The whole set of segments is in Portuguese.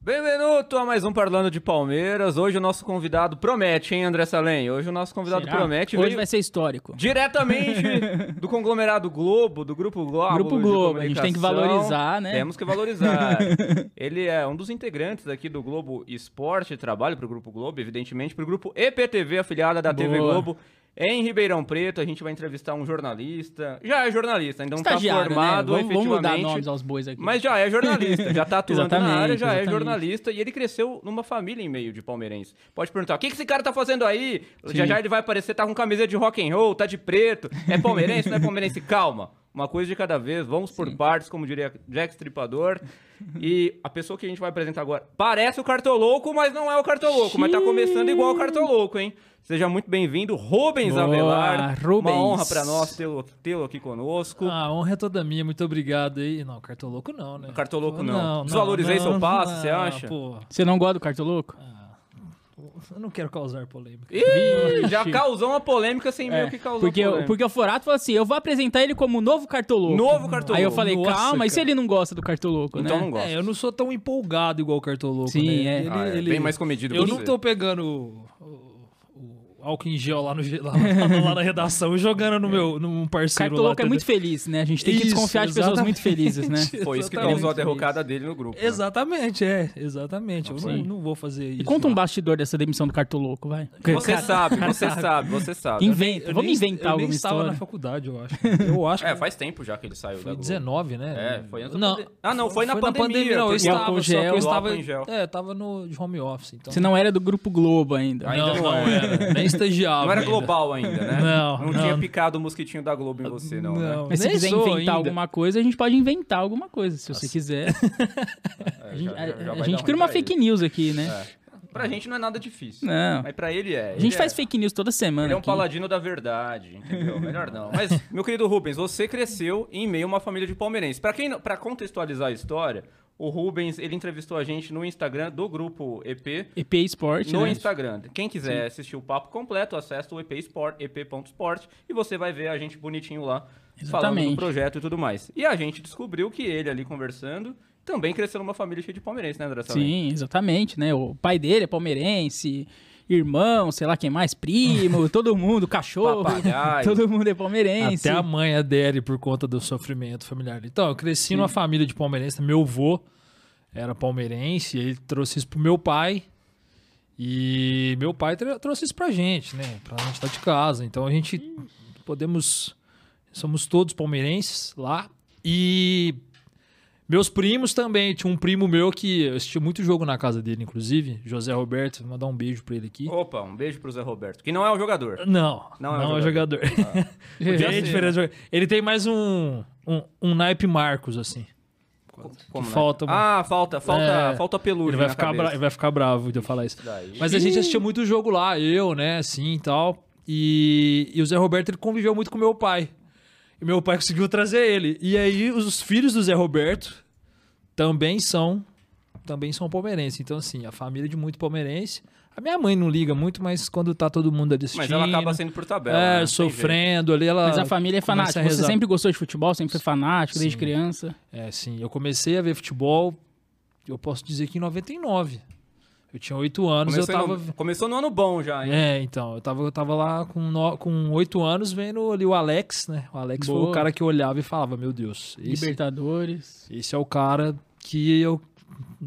Bem-vindo a mais um Parlando de Palmeiras. Hoje o nosso convidado promete, hein, André Salem? Hoje o nosso convidado Será? promete. Hoje veio vai ser histórico. Diretamente do conglomerado Globo, do Grupo Globo. Grupo de Globo, a gente tem que comunicação. valorizar, né? Temos que valorizar. Ele é um dos integrantes aqui do Globo Esporte, trabalho para o Grupo Globo, evidentemente, para o Grupo EPTV, afiliada da TV Boa. Globo. Em Ribeirão Preto, a gente vai entrevistar um jornalista. Já é jornalista, ainda não está Estagiário, né? formado Vamos- vamos efetivamente. mudar nomes aos bois aqui. Mas já é jornalista, já tá atuando na Exatamente, área, já é exatamente. jornalista. E ele cresceu numa família em meio de palmeirense. Pode perguntar, o que que esse cara tá fazendo aí? Já já ele vai aparecer, tá com camiseta de rock and roll, tá de preto. É palmeirense, não é palmeirense? Calma. Uma coisa de cada vez, vamos por partes, como diria Jack Stripador. E a pessoa que a gente vai apresentar agora parece o Cartolouco, mas não é o Cartolouco, mas tá começando igual o Cartolouco, hein? Seja muito bem-vindo, Rubens Boa, Avelar. Rubens. Uma honra pra nós tê-lo tê-lo aqui conosco. Ah, a honra é toda minha, muito obrigado aí. Não, cartoloco não, né? Cartoloco Pô, não. Desvalorizei seu passe, você acha? Pô, Você não gosta do cartoloco? eu não quero causar polêmica. Ih, já Vixe. É, causou uma polêmica sem É. meio que causou porque, polêmica. porque o Forato falou assim: eu vou apresentar ele como novo cartoloco. Novo Cartoloco. Aí eu falei: Nossa, calma, e se cara. ele não gosta do cartoloco, Então né? não gosta. É, eu não sou tão empolgado igual o cartoloco. Sim, né? é. Ele, Ah, é, ele- bem mais comedido Eu que não você. tô pegando o, o- o álcool em gel lá, no, ge- lá, lá- lá na redação e jogando É. no meu num parceiro lá. Cartoloco é entendeu? muito feliz, né? A gente tem que Isso, desconfiar de pessoas muito felizes, né? Foi isso que Exatamente. causou a derrocada dele no grupo. né? Exatamente, é, exatamente. Eu não, Sim. não vou fazer isso. E conta um bastidor dessa demissão do cartoloco, vai. Você sabe, você sabe, você sabe. Inventa, Eu vamos nem- inventar Eu nem alguma estava história. na faculdade, eu acho. Eu acho que É, faz tempo já que ele saiu Foi da Globo. 19, né? É, foi antes da não, pandemia. Ah, não, foi na pandemia, não, porque o eu estava, álcool só que gel- eu o estava, álcool em gel. é, eu tava no de home office, então. Você não era do Grupo Globo ainda. Ainda não era, nem estagiava. Não era ainda. global ainda, né? Não, não. tinha picado o mosquitinho da Globo em você, não, né? Não, Mas se nem quiser sou inventar ainda. alguma coisa, a gente pode inventar alguma coisa, se você quiser. É, A gente, já- já- já a- a vai gente dar cria ruim uma pra fake ele. news aqui, né? Pra gente não é nada difícil. Não. Mas pra ele é. A gente faz fake news toda semana. Ele é um aqui. paladino da verdade, entendeu? Melhor não. Mas, meu querido Rubens, você cresceu em meio a uma família de palmeirenses. Pra quem, para contextualizar a história, o Rubens ele entrevistou a gente no Instagram do grupo EP. EP Esporte, No né? Instagram. Quem quiser assistir o papo completo, acessa o EP Sport, ep.sport, e você vai ver a gente bonitinho lá, falando do Exatamente. projeto e tudo mais. E a gente descobriu que ele ali conversando também cresceu numa família cheia de palmeirenses, né, André? Salem? Sim, exatamente, né? O pai dele é palmeirense, irmão, sei lá quem mais, primo, todo mundo, cachorro. Papagaio. Todo mundo é palmeirense. Até a mãe adere por conta do sofrimento familiar. Então, eu cresci numa família de palmeirense. Meu avô era palmeirense, ele trouxe isso pro meu pai. E meu pai tra- trouxe isso pra gente, né? Pra gente estar de casa. Então a gente podemos. Somos todos palmeirenses lá. E meus primos também. Tinha um primo meu que eu assisti muito jogo na casa dele, inclusive. José Roberto. Vou mandar um beijo pra ele aqui. Opa, um beijo pro Zé Roberto, que não é um jogador. Não, Não não, é um é um jogador. Bem ser, diferente do- Ele tem mais um, um, um naipe Marcos, assim. Como não? falta uma- Ah, falta, falta, É. falta pelúcia. Ele vai na ficar, cabeça. bra- ele vai ficar bravo de eu falar isso. Daí. Mas a gente assistia muito jogo lá, eu, né, assim e tal. E, e o Zé Roberto ele conviveu muito com meu pai. E meu pai conseguiu trazer ele. E aí os filhos do Zé Roberto também são também são palmeirenses. Então assim, a família de muito palmeirense. A minha mãe não liga muito, mas quando tá todo mundo ali assistindo, Mas ela acaba sendo por tabela. né? é, Não tem jeito. sofrendo ali, ela Mas a família é começa fanática. a Você rezar. sempre gostou de futebol, sempre foi fanático, desde criança. É, sim. Eu comecei a ver futebol, eu posso dizer que em 99. Eu tinha 8 anos, Começou, eu tava. no, começou no ano bom já, hein? É, então, eu tava, eu tava lá com, no... com 8 anos vendo ali o Alex, né? O Alex foi Boa. o cara que eu olhava e falava, meu Deus, esse, Libertadores. esse é o cara que eu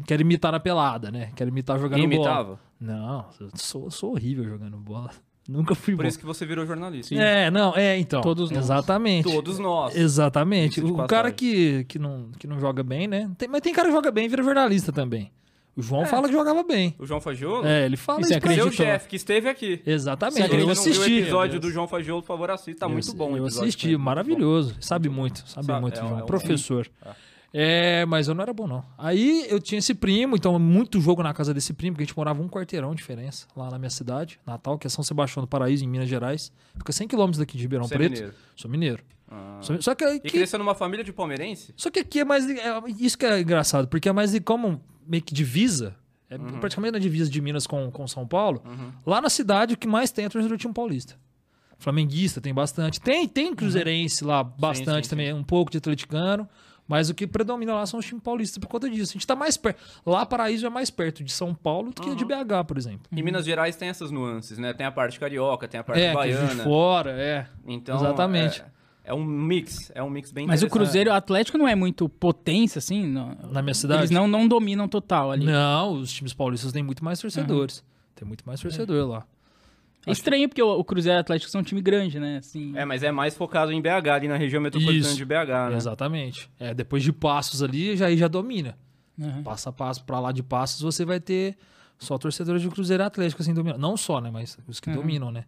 quero imitar na pelada, né? Quero imitar jogando E bola. imitava. Não, eu sou, sou horrível jogando bola. Nunca fui Por bom. isso que você virou jornalista. É, não, é, então. Todos nós. Exatamente. Todos nós. Exatamente. Diga-se de O passagem. cara que, que, não, que não joga bem, né? Tem- mas tem cara que joga bem e vira jornalista também. O É. João fala que jogava bem. O João Fagiolo? É, ele fala Isso isso, é pra Seu gente. chefe, que esteve aqui. Você Exatamente. Se Eu, não assisti. Viu o episódio do João Fagiolo, por favor, assista. Tá Eu- muito bom o Eu episódio. assisti, foi. maravilhoso. Sabe muito, sabe Sabe, muito, é um- João. é um- Professor. É, mas eu não era bom, não. Aí eu tinha esse primo, então muito jogo na casa desse primo, porque a gente morava um quarteirão de diferença lá na minha cidade, Natal, que é São Sebastião do Paraíso, em Minas Gerais. Fica 100 quilômetros daqui de Ribeirão Você é Preto. mineiro? Sou mineiro. Ah. Sou- Só que, E que- cresceu numa família de palmeirense? só que aqui é mais. é, isso que é engraçado, porque é mais de como meio que divisa. É Uhum. praticamente na divisa de Minas com, com São Paulo. Lá na cidade, o que mais tem é torcedor do time paulista. Flamenguista tem bastante. Tem, tem cruzeirense lá bastante Uhum. sim, também, um pouco de atleticano. Mas o que predomina lá são os times paulistas por conta disso. A gente tá mais perto. Lá, Paraíso é mais perto de São Paulo do que Uhum. de BH, por exemplo. E Minas Gerais tem essas nuances, né? Tem a parte carioca, tem a parte Uhum. É, que é de baiana. fora, é. Então, Exatamente. É, é um mix, é um mix bem Mas o interessante. Cruzeiro, o Atlético não é muito potência, assim. não- Na minha cidade? Eles não, não dominam total ali. É Não, os times paulistas têm muito mais torcedores. Uhum. Tem muito mais torcedor lá. É estranho porque o, o Cruzeiro e o Atlético são um time grande, né? Assim, É, mas é mais focado em BH, ali na região metropolitana Isso. de BH, né? Exatamente. É, depois de passos ali, já aí já domina. Uhum. Passo a passo pra lá de passos, você vai ter só torcedores de Cruzeiro e Atlético assim dominando. Não só, né, mas os Uhum. que dominam, né?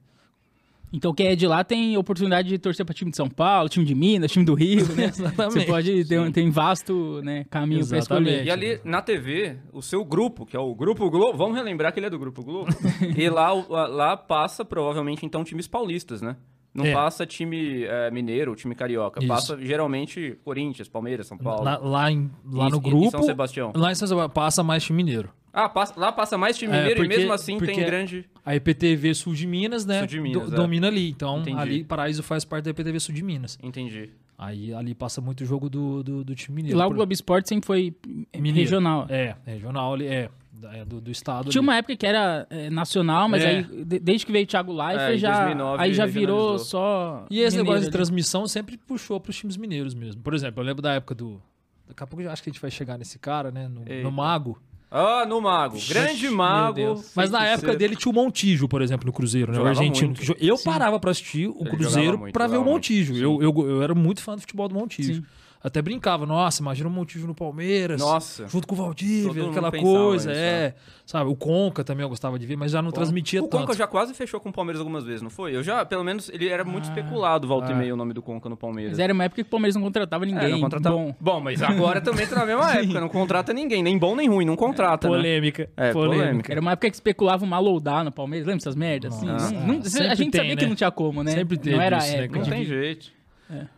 Então quem é de lá tem oportunidade de torcer para time de São Paulo, time de Minas, time do Rio, né? Exatamente. Você pode ter um, tem vasto né, caminho para escolher. E né? ali na TV, o seu grupo, que é o Grupo Globo, vamos relembrar que ele é do Grupo Globo, e lá, o- a- lá passa provavelmente então times paulistas, né? Não É. passa time eh, mineiro ou time carioca. Isso. Passa geralmente Corinthians, Palmeiras, São Paulo. Lá, lá em- lá E- no e- e grupo. São Sebastião? Lá em São Sebastião passa mais time mineiro. Ah, passa- lá passa mais time É, mineiro porque- e mesmo assim tem porque- grande. A EPTV Sul de Minas, né? Sul de Minas, é. Domina ali. Então, Entendi. ali Paraíso faz parte da EPTV Sul de Minas. Entendi. Aí ali passa muito jogo do, do, do time E mineiro. lá o Por- Globo Esporte sempre foi Mineiro. regional. É, regional ali, é. da- é do, do estado. Tinha ali. uma época que era é, nacional, mas É. aí de- desde que veio o Thiago É, Leifert, em já, 2009 aí já virou regionalizou. só E mineiro esse né? negócio de ali. transmissão sempre puxou para os times mineiros mesmo. Por exemplo, eu lembro da época do. Daqui a pouco eu acho que a gente vai chegar nesse cara, né? No, no Eita. Mago. Ah, no Mago. Grande Mago. Deus. Mas na época feiticeiro. dele tinha o Montijo, por exemplo, no Cruzeiro, né? O Jogava argentino. muito. que jo- Eu parava pra assistir o Ele jogava Cruzeiro muito, pra ver o jogava Montijo. Eu, eu, eu era muito fã do futebol do Montijo. Sim. Até brincava, nossa, imagina o Montijo no Palmeiras. Nossa. Junto com o Todo Valdívia, mundo aquela pensava coisa, nisso, é. Sabe, o Conca também eu gostava de ver, mas já não transmitia O tanto. Conca já quase fechou com o Palmeiras algumas vezes, não foi? Eu já, pelo menos, ele era muito especulado, volta e meia, o nome do Conca no Palmeiras. Mas era uma época que o Palmeiras não contratava É, ninguém. então não contratava- Bom, Bom, mas agora também tá na mesma época. Não contrata ninguém, nem bom nem ruim, não contrata, né? Polêmica. É, polêmica. era uma época que especulava um uma loudar no Palmeiras. Lembra essas merdas? Assim, Nossa. não- não- a Sempre gente tem, sabia que né? não tinha como, né? Sempre Não teve era isso, né, época. Não tem jeito.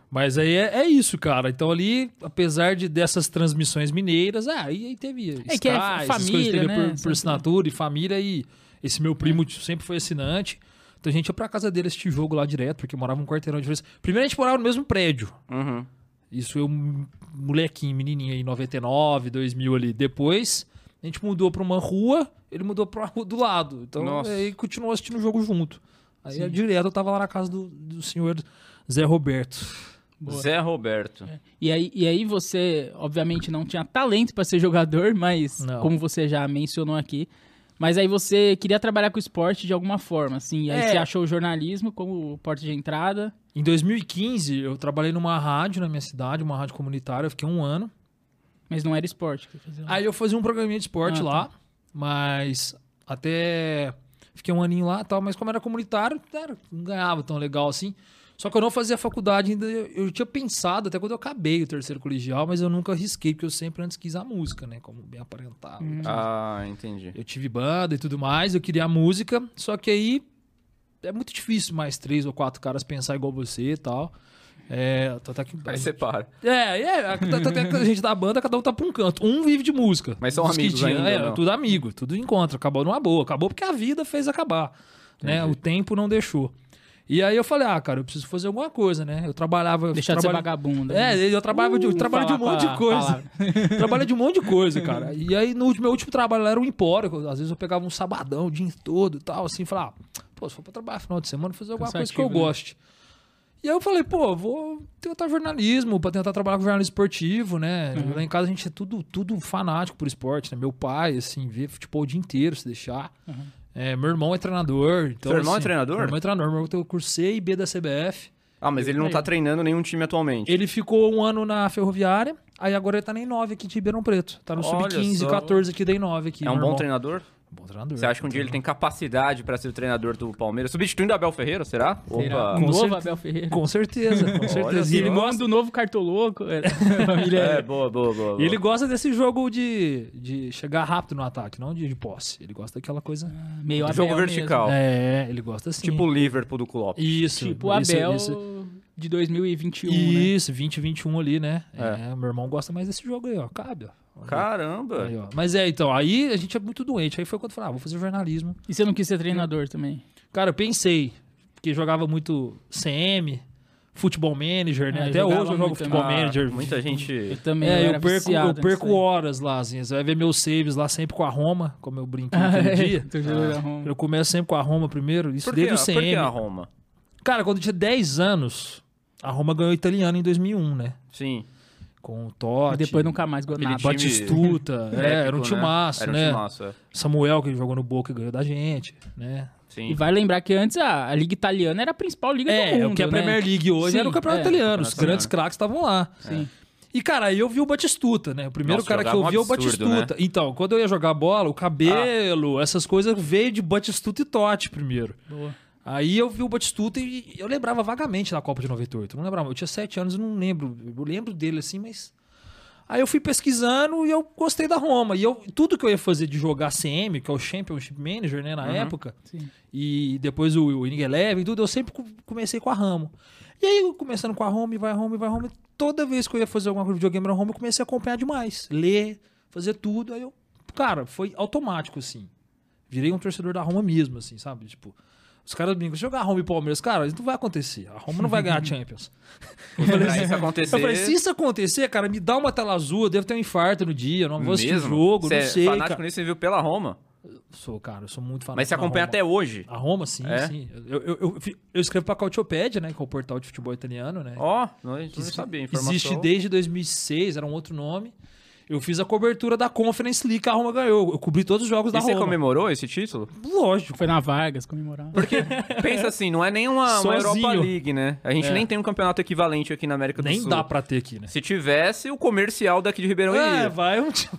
Mas aí é, é isso, cara. Então ali, apesar de dessas transmissões mineiras, ah, aí, aí teve É que é Sky, essas família, coisas, teve né? por- por, Sempre. É. assinatura e família e esse meu primo t- sempre foi assinante. Então a gente ia pra casa dele assistir jogo lá direto, porque morava um quarteirão de diferença. Primeiro a gente morava no mesmo prédio. Uhum. Isso eu, m- molequinho, menininho aí, 99, 2000 ali. Depois a gente mudou pra uma rua, ele mudou pra uma rua do lado. Então Nossa. aí continuou assistindo o jogo junto. Aí direto eu tava lá na casa do, do senhor Zé Roberto. Zé Roberto. E aí, e aí você, obviamente, não tinha talento pra ser jogador, mas Não. como você já mencionou aqui, mas aí você queria trabalhar com esporte de alguma forma, assim, e aí É. você achou o jornalismo como porta de entrada. Em 2015, eu trabalhei numa rádio na minha cidade, uma rádio comunitária, eu fiquei um ano. Mas não era esporte que eu fazia. Aí eu fazia um programinha de esporte Ah, tá. lá, mas até fiquei um aninho lá e tal, mas como era comunitário, cara, não ganhava tão legal assim. Só que eu não fazia faculdade ainda, eu eu tinha pensado até quando eu acabei o terceiro colegial, mas eu nunca arrisquei, porque eu sempre antes quis a música, né? Como bem aparentado. Hum. Ah, entendi. Eu tive banda e tudo mais, eu queria a música, só que aí é muito difícil mais três ou quatro caras pensar igual você e tal. É, tô até que Aí você para. é, é, a- tá- tá- tem a gente da banda, cada um tá pra um canto. Um vive de música. Mas são Dos que amigos tinha, ainda, é, não? tudo amigo, tudo encontro. Acabou numa boa. Acabou porque a vida fez acabar. Né? O tempo não deixou. E aí eu falei, ah, cara, eu preciso fazer alguma coisa, né? Eu trabalhava. Deixar de ser trabalha- vagabundo. né? É, eu trabalhava de, eu Uh, trabalho de um falar monte com de a coisa. palavra. trabalho de um monte de coisa, cara. E aí, no meu último trabalho, lá era um empório. que eu- Às vezes eu pegava um sabadão, o dia todo e tal, assim, falava, ah, pô, se for pra trabalhar final de semana, fazer alguma coisa que eu Cansativo, né? goste. E aí eu falei, pô, vou tentar jornalismo, pra tentar trabalhar com jornalismo esportivo, né? Lá em casa a gente é tudo, tudo fanático por esporte, né? Meu pai, assim, vê futebol o dia inteiro, se deixar. É, meu irmão é treinador. Então, Seu irmão é assim, treinador? Meu irmão é treinador. Meu irmão tem o curso C e B da CBF. Ah, mas ele não tá treinando nenhum time atualmente. Ele ficou um ano na Ferroviária, aí agora ele tá na I9 aqui de Ribeirão Preto. Tá no Olha Sub-15, só. 14 aqui da I9 aqui. É um meu bom irmão. treinador? Bom treinador. Você acha que um dia ele tem capacidade pra ser o treinador do Palmeiras? Substituindo Abel Ferreira, será? Será? Opa. Um Com novo certeza. Abel Ferreira. Com certeza, com certeza. E Ele ele, só. manda o novo cartoloco. é, família- É, boa, boa, boa. boa. e ele gosta desse jogo de, de chegar rápido no ataque, não de, de posse. Ele gosta daquela coisa. Meio Do Abel É, jogo mesmo. vertical. É, ele gosta assim. Tipo o Liverpool do Klopp. isso. Tipo o Abel Isso, isso, de 2021, né? isso 20, 21 ali, né? É. É, meu irmão gosta mais desse jogo aí, ó. Cabe, ó. Caramba. Aí, ó. Mas é, então, aí a gente é muito doente. Aí foi quando eu falei, ah, vou fazer jornalismo. E você não quis ser treinador também? Cara, eu pensei, porque jogava muito CM, futebol manager, né? É, eu Até hoje jogava eu jogo muito, futebol né? manager. Ah, Muita Eu gente. também É, era eu perco, viciado eu nisso perco aí. horas lá, assim. Você vai ver meus saves lá sempre com a Roma, como eu brinquei Ah, aquele é, dia. torcedor da Roma. Eu começo sempre com a Roma primeiro, isso Por que, desde o por que a CM. Roma? Cara, quando eu tinha 10 anos, a Roma ganhou o italiano em 2001, né? Sim. Com o Totti, E depois nunca mais ganhou Aquele nada. time- Batistuta, é, era um Épico, né? timaço, Era um né? timaço, é. Samuel, que jogou no Boca e ganhou da gente, né? Sim. E vai lembrar que antes a, a Liga Italiana era a principal liga do É, mundo, o que é a né? Premier League hoje Sim, era o campeonato é, italiano. Os campeonato grandes craques estavam lá. É. Sim. E, cara, aí eu vi o Batistuta, né? O primeiro Nossa, cara que jogava eu um vi é o absurdo, Ah. Batistuta. Então, quando eu ia jogar bola, o cabelo, essas coisas veio de Batistuta e Totti primeiro. Boa. Aí eu vi o Batistuta e eu lembrava vagamente da Copa de 98. Não lembrava, eu tinha 7 anos e não lembro. Eu lembro dele assim, mas. Aí eu fui pesquisando e eu gostei da Roma. E eu, tudo que eu ia fazer de jogar CM, que é o Championship Manager, né, na época, Sim. e depois o, o Inning Eleven e tudo, eu sempre co- comecei com a Ramo. E aí, eu começando com a Roma, e vai Roma, e vai Roma, toda vez que eu ia fazer alguma coisa de videogame na Roma, eu comecei a acompanhar demais. Ler, fazer tudo. Aí eu, cara, foi automático, assim. Virei um torcedor da Roma mesmo, assim, sabe? Tipo, os caras brincam, se jogar Roma e Palmeiras, cara, isso não vai acontecer. A Roma não vai ganhar a Champions. Eu falei, pra isso acontecer. Eu falei, se isso acontecer, cara, me dá uma tela azul, eu devo ter um infarto no dia, eu não vou assistir mesmo, jogo, você não é sei, fanático cara. nisso, você viu pela Roma. Sou, cara, eu sou muito fanático Mas você da acompanha Roma. até hoje. A Roma, sim, É? sim. Eu, eu, eu, fi- eu escrevo pra Cautiopédia, né? Que é o portal de futebol italiano, né? Ó, não, a gente que não exi- sabia a informação. Existe desde 2006, era um outro nome. Eu fiz a cobertura da Conference League que a Roma ganhou. Eu cobri todos os jogos da E você Roma. comemorou esse título? Lógico. Foi na Vargas comemorar. Pensa assim, não é nem uma, uma Sozinho. É. Europa League, né? A gente nem tem um campeonato equivalente aqui na América do Nem Sul. dá pra ter aqui, né? Se tivesse, o comercial daqui de Ribeirão É, iria. vai um time.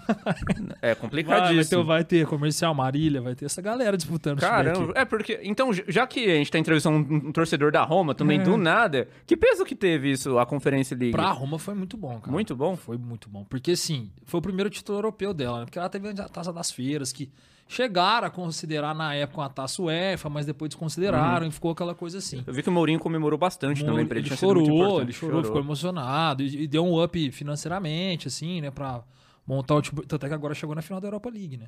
É Ah, Vai, vai, ter, complicadíssimo. vai ter comercial Marília, vai ter essa galera disputando isso Caramba, daqui. é porque. Então, j- já que a gente tá entrevistando um, um torcedor da Roma também do nada, que peso que teve isso, a Conferência League? É. Pra Roma foi muito bom, cara. Muito bom. Foi muito bom. Porque, assim, foi o primeiro título europeu dela, né? Porque ela teve a Taça das Feiras, que chegaram a considerar na época uma Taça UEFA, mas depois desconsideraram e ficou aquela coisa assim. Eu vi que o Mourinho comemorou bastante Uhum. também pra ele. tinha ele sido chorou, muito importante. ele chorou, ficou emocionado e, e deu um up financeiramente, assim, né, pra montar o tipo, tanto é que agora chegou na final da Europa League, né?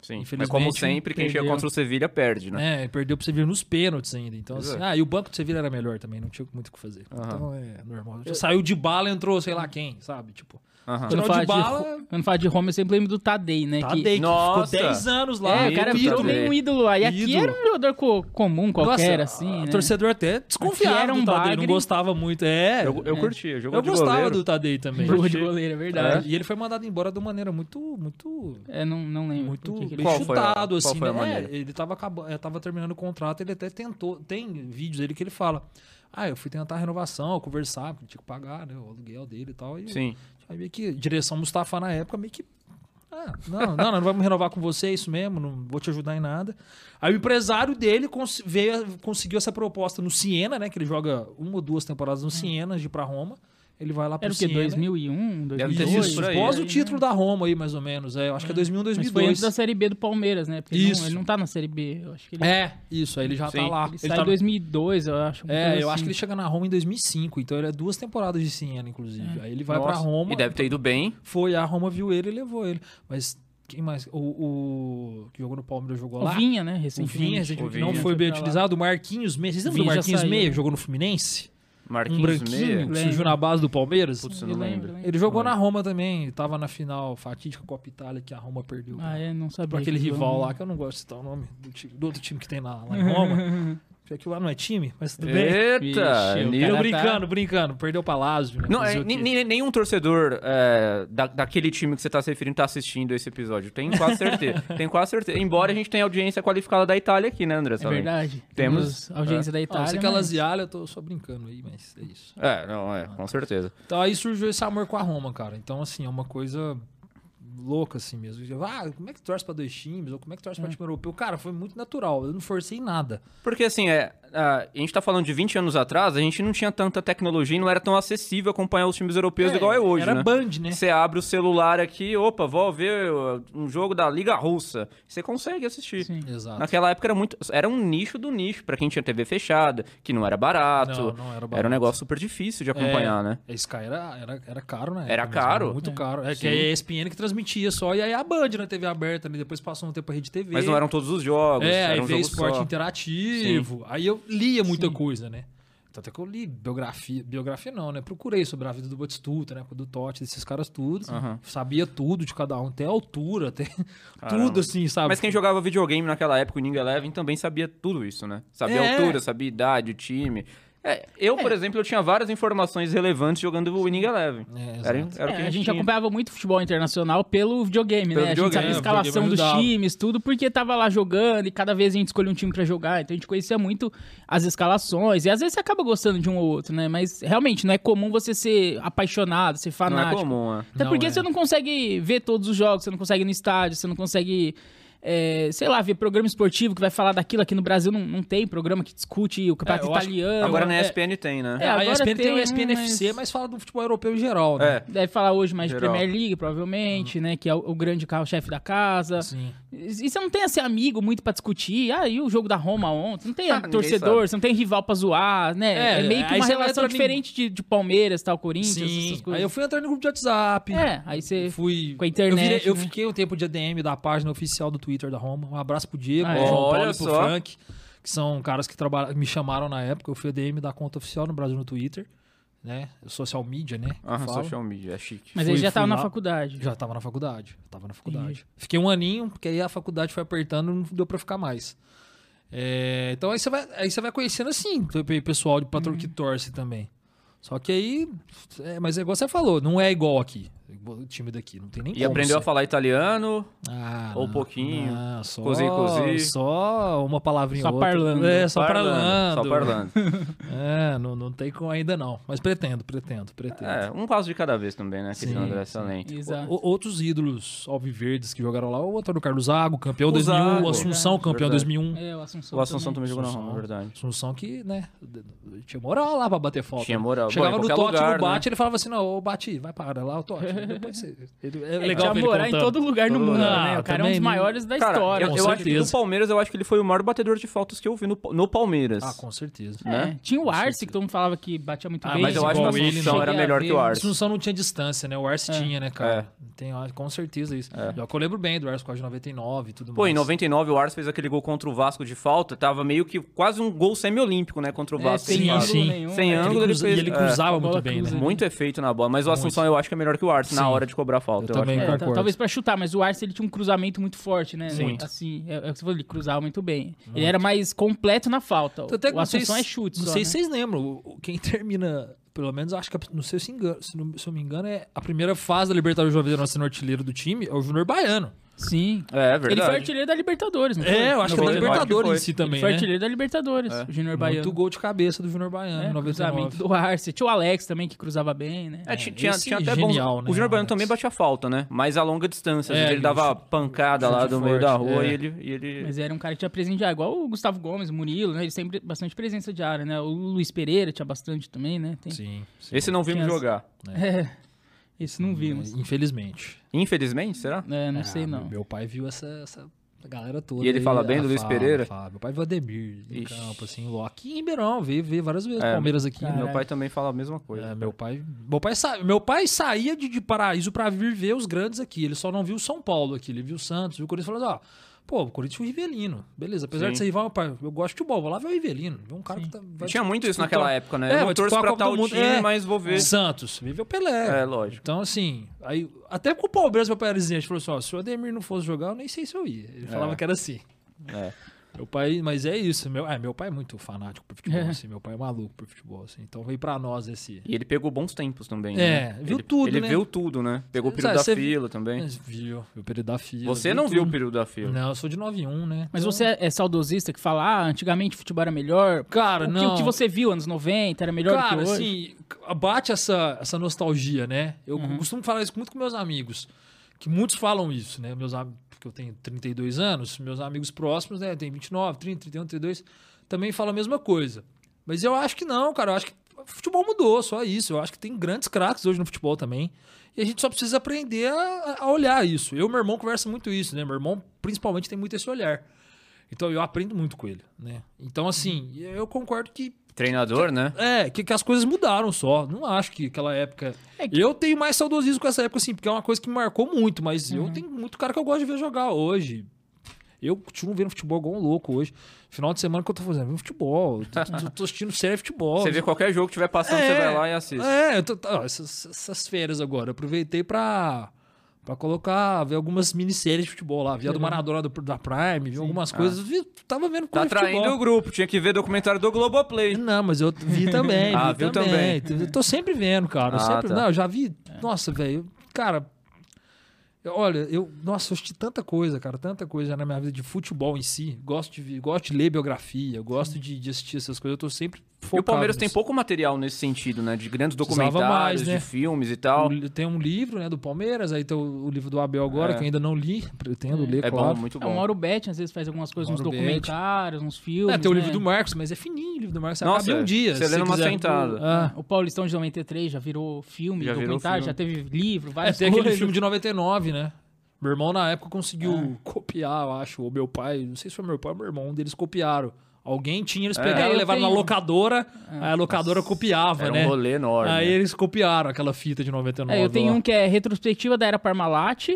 Sim, mas Infelizmente, como sempre, quem chega perdeu. contra o Sevilha perde, né? É, e perdeu pro Sevilha nos pênaltis ainda, então Pois assim, é. ah, e o banco do Sevilha era melhor também, não tinha muito o que fazer. Então é normal. Saiu de bala, entrou sei lá quem, sabe? Tipo, Aham. Quando Tirou fala, de de bala- Ro- quando fala de Roma, eu sempre lembro do Tadei, né? Tadei, que... que Nossa! Tá ficou 10 anos lá. É, o cara ídolo, virou Tadei. meio um ídolo lá. E aqui Ídolo. era um jogador co- comum, qualquer, Nossa, assim, o né? torcedor até desconfiava Aqui era um do Tadei, não bagre. gostava muito. É, Eu, eu curti, eu jogo eu de gostava goleiro. do Tadei também. Boa de goleiro, é verdade. E ele foi mandado embora de uma maneira muito, muito É, não, não lembro. muito por que que ele- bem Qual foi a- chutado, qual assim, foi a né? maneira? É, Ele tava, acabando, tava terminando o contrato, ele até tentou. Tem vídeos dele que ele fala. Ah, eu fui tentar a renovação, conversar, porque tinha que pagar, né? O aluguel dele e tal. E Sim. Aí meio que direção Mustafa na época, meio que. Ah, não, não, não vamos renovar com você, é isso mesmo, não vou te ajudar em nada. Aí o empresário dele cons- veio, conseguiu essa proposta no Siena, né? Que ele joga uma ou duas temporadas É. no Siena, de ir pra Roma. Ele vai lá pro Era o quê? Siena. 2001, 2002? Deve ter sido Isso, por aí, após né? o título da Roma aí, mais ou menos. É, eu acho que é 2001, Mas foi 2002. antes da Série B do Palmeiras, né? Porque ele não- Isso. ele não tá na Série B. Eu acho que ele, É, isso, aí ele já Sim. tá lá. ele Ele sai em tá- 2002, eu acho. uma É, coisa eu assim. acho que ele chega na Roma em 2005, então ele é duas temporadas de Siena, inclusive. Aí ele vai pra Nossa, Roma. E deve ter ido bem. Foi, a Roma viu ele e levou ele. Mas quem mais? O, o que jogou no Palmeiras jogou lá? O Vinha, né? O Recentemente. Vinha, gente, O que não Vinha. foi Foi pra bem lá. utilizado. O Marquinhos Meia. Vocês lembram do Vinha já Marquinhos saiu. Meia? que Jogou no Fluminense? um Marquinhos branquinho Meia. que Lembro. surgiu na base do Palmeiras. Putz, eu Eu não lembro, lembro. lembro. Ele jogou na Roma também. Ele tava na final fatídica com a Itália, que a Roma perdeu. Ah, é, não sabia. Pra aquele que rival jogou. lá, que eu não gosto de citar o nome do, time- do outro time que tem lá, lá em Roma. Porque aquilo lá não é time, mas tudo bem. É, Eita! Vixe, o nível cara Eu tá- brincando, brincando. Perdeu o Palácio. Né? Não, Fazer é, o quê? nem- nem- nenhum torcedor é, da, daquele time que você tá se referindo tá assistindo esse episódio. Tenho quase certeza. tenho quase certeza. Embora a gente tenha audiência qualificada da Itália aqui, né, André? É verdade. Temos- a audiência da Ah, eu Itália. né? sei que ela mas- zialha, eu tô só brincando aí, mas é isso. É, não, é, com certeza. Então aí surgiu esse amor com a Roma, cara. Então, assim, é uma coisa louca, assim mesmo. Eu, Ah, como é que torce pra dois times? Ou como é que torce pra time europeu? Cara, foi muito natural. Eu não forcei nada. Porque assim, é, a a gente tá falando de 20 anos atrás, a gente não tinha tanta tecnologia e não era tão acessível acompanhar os times europeus igual é hoje, Era né? Band, né? Você abre o celular aqui, opa, vou ver uh, um jogo da Liga Russa. Você consegue assistir. Sim. Exato. Naquela época era muito, era um nicho do nicho pra quem tinha TV fechada, que não era barato. Não, não era Era barato. um negócio super difícil de acompanhar, É, né? A Sky era, era, era caro, né? Era caro. muito É. caro. É Sim. que a ESPN que transmitia só, e aí a Band na TV aberta, né? Depois passou um tempo a rede TV. Mas não eram todos os jogos, É, aí era um veio jogo esporte só. interativo. Aí eu lia muita coisa, né? Tanto é que eu li biografia, biografia não, né? Procurei sobre a vida do Batistuta, né? Do Totti, desses caras tudo. Aham. Sabia tudo de cada um, até a altura, até Caramba. tudo assim, sabe? Mas quem jogava videogame naquela época, o Ninja Eleven, também sabia tudo isso, né? Sabia É. a altura, sabia a idade, o time. É, eu, por exemplo, eu tinha várias informações relevantes jogando o Ninja Eleven. É, exato. era, era o que É, a gente tinha. acompanhava muito futebol internacional pelo videogame, Pelo né? videogame, a gente sabia a é, o escalação videogame dos ajudava. times, tudo, porque tava lá jogando e cada vez a gente escolhia um time pra jogar. Então a gente conhecia muito as escalações. E às vezes você acaba gostando de um ou outro, né? Mas realmente não é comum você ser apaixonado, ser Não é fanático. comum, né? Até Não porque é. você não consegue ver todos os jogos, você não consegue ir no estádio, você não consegue. é, sei lá, ver programa esportivo que vai falar daquilo aqui no Brasil, não, não tem programa que discute o campeonato É, eu acho- italiano. Agora né? na ESPN tem, né? É, a agora ESPN tem, tem o um, ESPN FC, mas- mas fala do futebol europeu em geral, né? É. Deve falar hoje mais Geral. de Premier League, provavelmente, né? Que é o, o grande carro-chefe da casa. Uhum. Sim. E e você não tem esse amigo muito pra discutir. Ah, e o jogo da Roma ontem? Não tem Ah, ninguém torcedor, você não tem rival pra zoar, né? É, É, meio que aí uma você não relação entra nem- diferente de, de Palmeiras, tal, Corinthians, essas Sim. coisas. Aí eu fui entrar no grupo de WhatsApp. É, aí você. Fui. Com a internet, Eu, virei- eu né? fiquei um tempo de ADM da página oficial do Twitter da Roma. Um abraço pro Diego, Ah, pro é. João Paulo Olha e pro só. Frank, que são caras que trabalha- me chamaram na época. Eu fui ADM da conta oficial no Brasil no Twitter, né? Social media, né? que Ah, fala. social media, é chique. Mas fui- ele já fui tava na lá. faculdade. Já tava na faculdade. já Tava na faculdade. Entendi. Fiquei um aninho, porque aí a faculdade foi apertando e não deu pra ficar mais. É, então aí você vai, aí você vai conhecendo assim, o pessoal de patro Uhum. que torce também. Só que aí. é, mas é igual você falou, não é igual aqui. O time daqui, não tem nem E aprendeu a falar italiano, Ah, Ou um não, pouquinho. não, só, Cozi, cozi. só uma palavrinha Só ou outra. parlando. É, só Só parlando. parlando. É, não, não tem como ainda não. Mas pretendo, pretendo, pretendo. é, um passo de cada vez também, né? Cristiano Sim, André sim. Salente. Exato. O- outros ídolos alviverdes que jogaram lá, o Antônio Carlos Zago, campeão O 2001, Zago. o Assunção, campeão Verdade. 2001. É, o Assunção. O Assunção também também. jogou na Assunção. Roma, é verdade. Assunção que, né, tinha moral lá pra bater falta. Tinha né? moral. Chegava Bom, em no qualquer Totti, lugar, né? no bate, ele falava assim, não, ô Bati, vai para lá, o Totti. Depois você... ele- é É, legal ver tinha ele morar em contando. todo lugar no Todo mundo, lugar. né? Ah, O cara é um dos também- maiores da Cara, história. eu, com eu acho que no certeza. Palmeiras, eu acho que ele foi o maior batedor de faltas que eu vi no, no Palmeiras. Ah, com certeza. É, né? Tinha o Arce, que todo mundo falava que batia muito Ah, bem. Mas eu Igual né? acho que o ele, Assunção não. era melhor que o Cheguei a A Arce. Assunção não tinha distância, né? O É, Arce tinha, né, cara? Tem, com certeza isso. Eu lembro bem do Arce com a de 99 e tudo Pô, mais. em 99 o Arce fez aquele gol contra o Vasco de falta, tava meio que quase um gol semi-olímpico, né, contra o É, Vasco. sem Sim, ângulo sim. nenhum. Sem né? ângulo. Ele ele cruza- fez- e ele é, cruzava a bola muito bem, né? cruza. Muito efeito na bola, mas o Assunção eu acho que é melhor que o Arce na Sim. hora de cobrar falta. Eu acho também que é. É, concordo. ta- talvez pra chutar, mas o Arce ele tinha um cruzamento muito forte, né? Sim. Muito. Assim, é, é o que você falou, ele cruzava muito bem. Ele era mais completo na falta. Tanto é que o não sei Assunção se- é chute Não só, sei né? se vocês lembram. o- o- Quem termina, pelo menos, acho que, a- não sei se, engano, se, não, se eu me engano, é a primeira fase da Libertadores Jovem Nossa sendo artilheiro do time é o Júnior Baiano. Sim. É, é Ele foi verdade. artilheiro da Libertadores, não foi? É, eu acho que é da 99 Libertadores foi. em si Ele também, foi né? artilheiro da Libertadores, É. o Júnior Baiano. Muito gol de cabeça do Júnior Baiano em É, cruzamento 99. do Arce. Tinha o Alex também, que cruzava bem, né? É, ti- tinha, esse tinha é até genial, bons... né, O Júnior Baiano Alex? também batia falta, né? Mas a longa distância. às É, vezes ele ele dava chute- pancada lá chute do meio da forte, rua é. e ele... E ele... Mas era um cara que tinha presença de área, igual o Gustavo Gomes, o Murilo, né? Ele sempre bastante presença de área, né? O Luiz Pereira tinha bastante também, né? Tem... Sim, sim. Esse não vimos Tinha- jogar. É, esse não vimos. Infelizmente. Infelizmente, será? É, não Ah, sei não. Meu pai viu essa, essa galera toda. E ele aí, fala bem ah, do Luiz fala, Pereira? fala. Meu pai viu Ademir em Ixi. campo, assim, lo- aqui em Ribeirão, veio, veio várias vezes É, Palmeiras aqui. cara, né? Meu pai também fala a mesma coisa. É, meu pai, meu pai, sa- meu pai saía de, de paraíso pra vir ver os grandes aqui. Ele só não viu o São Paulo aqui, ele viu o Santos, viu o Corinthians, falando, ó, pô, o Corinthians é um Rivelino. Beleza, apesar Sim. de ser rival, meu pai, eu gosto de futebol, vou lá ver o Rivelino. Ver um cara que tá, vai Tinha muito isso disputar- naquela época, né? É, Eu não vai torço disputar a pra Copa tal do Mundo, time, é. mas vou ver. Santos, viveu Pelé. É, lógico. Então, assim, aí, até com o Palmeiras, meu pai era exigente, falou assim, ó, se o Ademir não fosse jogar, eu nem sei se eu ia. Ele falava que era assim. É. Meu pai, mas é isso, meu, é, meu pai é muito fanático por futebol, É. assim, meu pai é maluco por futebol, assim, então veio pra nós esse... E ele pegou bons tempos também, É, né? viu ele, tudo, Ele né? viu tudo, né? Pegou o período Sabe, da você- fila também. Mas Viu, viu o período da fila. Você não viu o tudo. período da fila. Não, eu sou de 91, né? Mas Então, você é é saudosista que fala, ah, antigamente o futebol era melhor. Cara, o que, não. o que você viu anos 90 era melhor Cara, do que hoje? assim, bate essa, essa nostalgia, né? Eu Uhum. costumo falar isso muito com meus amigos. Que muitos falam isso, né? Meus amigos, porque eu tenho 32 anos, meus amigos próximos, né? Tem 29, 30, 31, 32, também falam a mesma coisa. Mas eu acho que não, cara. Eu acho que o futebol mudou, só isso. Eu acho que tem grandes craques hoje no futebol também. E a gente só precisa aprender a, a olhar isso. Eu e meu irmão conversa muito isso, né? Meu irmão, principalmente, tem muito esse olhar. Então eu aprendo muito com ele, né? Então, assim, Uhum. eu concordo que Treinador, né? é, que, que as coisas mudaram só. Não acho que aquela época. É que- Eu tenho mais saudosismo com essa época, assim, porque é uma coisa que me marcou muito, mas eu tenho muito cara que eu gosto de ver jogar hoje. Eu continuo vendo futebol igual um louco hoje. Final de semana, o que eu tô fazendo? Vendo futebol. Eu Tô, tô- tô assistindo série de futebol. Você vê qualquer jogo que tiver passando, você vai lá e assiste. É, eu tô- ó, essas, essas férias agora. eu Aproveitei pra, pra colocar, ver algumas minisséries de futebol lá. Vi a do Maradona do- da Prime, vi algumas coisas. Vi, tava vendo Tá coisa de futebol. traindo o grupo, tinha que ver documentário do Globoplay. Não, mas eu vi também. Ah, vi viu também. Eu tô sempre vendo, cara. Eu Ah, sempre, tá. Não, eu já vi. Nossa, velho. Cara, eu- olha, eu. Nossa, eu assisti tanta coisa, cara. Tanta coisa na minha vida de futebol em si. Gosto de, ver- gosto de ler biografia, gosto de, de assistir essas coisas. Eu tô sempre focado. e o Palmeiras tem nisso. pouco material nesse sentido, né? De grandes Precisava documentários, mais, né? de filmes e tal. O li- Tem um livro, né, do Palmeiras, aí tem o, o livro do Abel agora, É. que eu ainda não li, pretendo ler, É claro. bom, muito É, o bom. Mauro Betti às vezes faz algumas coisas, uns Mauro Betti. documentários, uns filmes. É, tem o livro né? do Marcos, mas é fininho o livro do Marcos, você Nossa, acaba em um dia. você se lê numa quiser. sentada. Ah. O Paulistão de 93 já virou filme, Já virou documentário, filme. já teve livro, É, várias tem aquele coisas. filme de 99, né? Meu irmão, na época, conseguiu É. copiar, eu acho, ou meu pai, não sei se foi meu pai ou meu irmão, um deles copiaram. Alguém tinha, eles pegaram É, e eu levaram na tenho. locadora, aí a locadora copiava, É. Era né? um rolê enorme. Aí eles copiaram aquela fita de 99. É, eu tenho lá. um que é retrospectiva da era Parmalat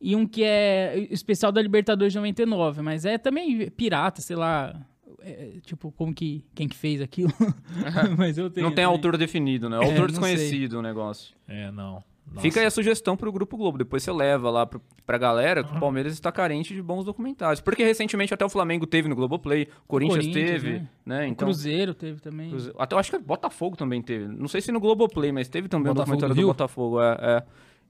e um que é especial da Libertadores de 99, mas é também pirata, sei lá, é, tipo, como que quem que fez aquilo? mas eu tenho. Não tem também. autor definido, né? Autor não desconhecido o negócio. É, não. Nossa. Fica aí a sugestão pro Grupo Globo. Depois você leva lá pro, pra galera que o Palmeiras está carente de bons documentários. Porque recentemente até o Flamengo teve no Globoplay, o Corinthians, Corinthians, teve, né? né? Então, Cruzeiro teve também. Cruze- Até eu acho que Botafogo também teve. Não sei se no Globoplay, mas teve também o Botafogo documentário do do Rio? Botafogo. É, é.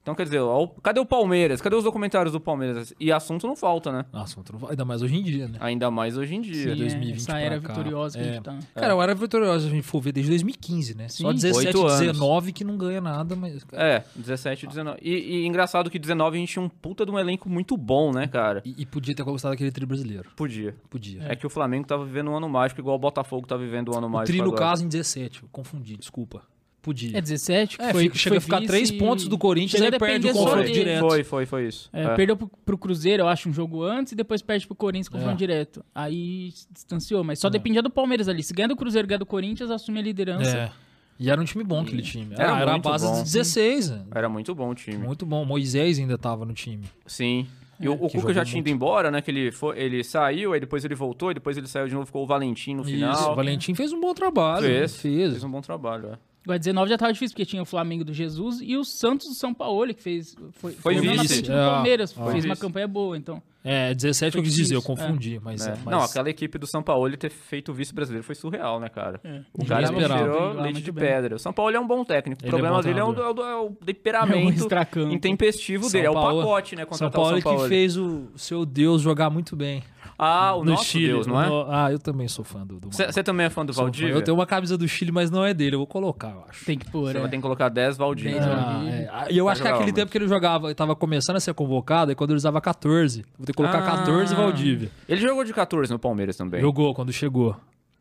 Então, quer dizer, ó, o- cadê o Palmeiras? Cadê os documentários do Palmeiras? E assunto não falta, né? Nossa, outro- ainda mais hoje em dia, né? Ainda mais hoje em dia. Sim, é, 2020 essa era pra cá. vitoriosa que a É. gente tá. Cara, eu era vitoriosa, se a gente for ver, desde 2015, né? Só Sim. 17, Oito anos. 19 que não ganha nada, mas... É, 17 e 19. E, e engraçado que 19 a gente tinha um puta de um elenco muito bom, né, cara? E, e podia ter conquistado aquele tri brasileiro. Podia. Podia. É. que o Flamengo tá vivendo um ano mágico, igual o Botafogo tá vivendo um ano o mágico. tri, no agora. caso, em 17. eu Confundi, desculpa. Podia. É 17, que É, foi, fica- chega foi a ficar vice três pontos do Corinthians, chega a aí perde depender o só confronto dele. direto. Foi, foi, foi isso. É, É. Perdeu pro, pro Cruzeiro, eu acho, um jogo antes e depois perde pro Corinthians com confronto É. direto. Aí se distanciou, mas só dependia do Palmeiras ali. Se ganha do Cruzeiro, ganha do Corinthians, assume a liderança. É. E era um time bom aquele time. Era Era, era a muito base bom. de 16. né? Era muito bom o time. Muito bom. Moisés ainda tava no time. Sim. E o, o que Cuca já jogou tinha ido embora, né? Que ele, foi, ele saiu, aí depois ele voltou, e depois ele saiu de novo, ficou o Valentim no final. Isso. O Valentim fez um bom trabalho. Fez, Fez. fez um bom trabalho. É. Agora 19 já tava difícil, porque tinha o Flamengo do Jesus e o Santos do São Paulo, que fez. Foi, vice. na frente do É, Palmeiras, foi fez uma vice. campanha boa, então. É, 17 que eu quis dizer, eu difícil, confundi. Mas, É. mas- Não, aquela equipe do São Paulo ter feito o vice-brasileiro foi surreal, né, cara? O cara É. Ninguém esperava. tirou Veio lá leite muito de bem. pedra. O São Paulo é um bom técnico. O Ele é problema bom dele é o, é treinador. o- é o É o temperamento extracampo. intempestivo dele. é o pacote, né? São Contratar Paulo é o São Paulo. que fez o seu Deus jogar muito bem. Ah, o no nosso Chile. Deus, não é? No- Ah, eu também sou fã do, do Mauro. Você também é fã do Sou fã. Valdívia? Eu tenho um uma camisa do Chile, mas não é dele. Eu vou colocar, eu acho. Tem que pôr. Você vai É. ter que colocar 10 Valdívia. Dez né? Valdívia. Ah, é. Ah, E eu Vai acho que jogar aquele onde? tempo que ele jogava, ele tava começando a ser convocado, é quando ele usava 14. Vou ter que colocar Ah. 14 Valdívia. Ele jogou de 14 no Palmeiras também. Jogou quando chegou.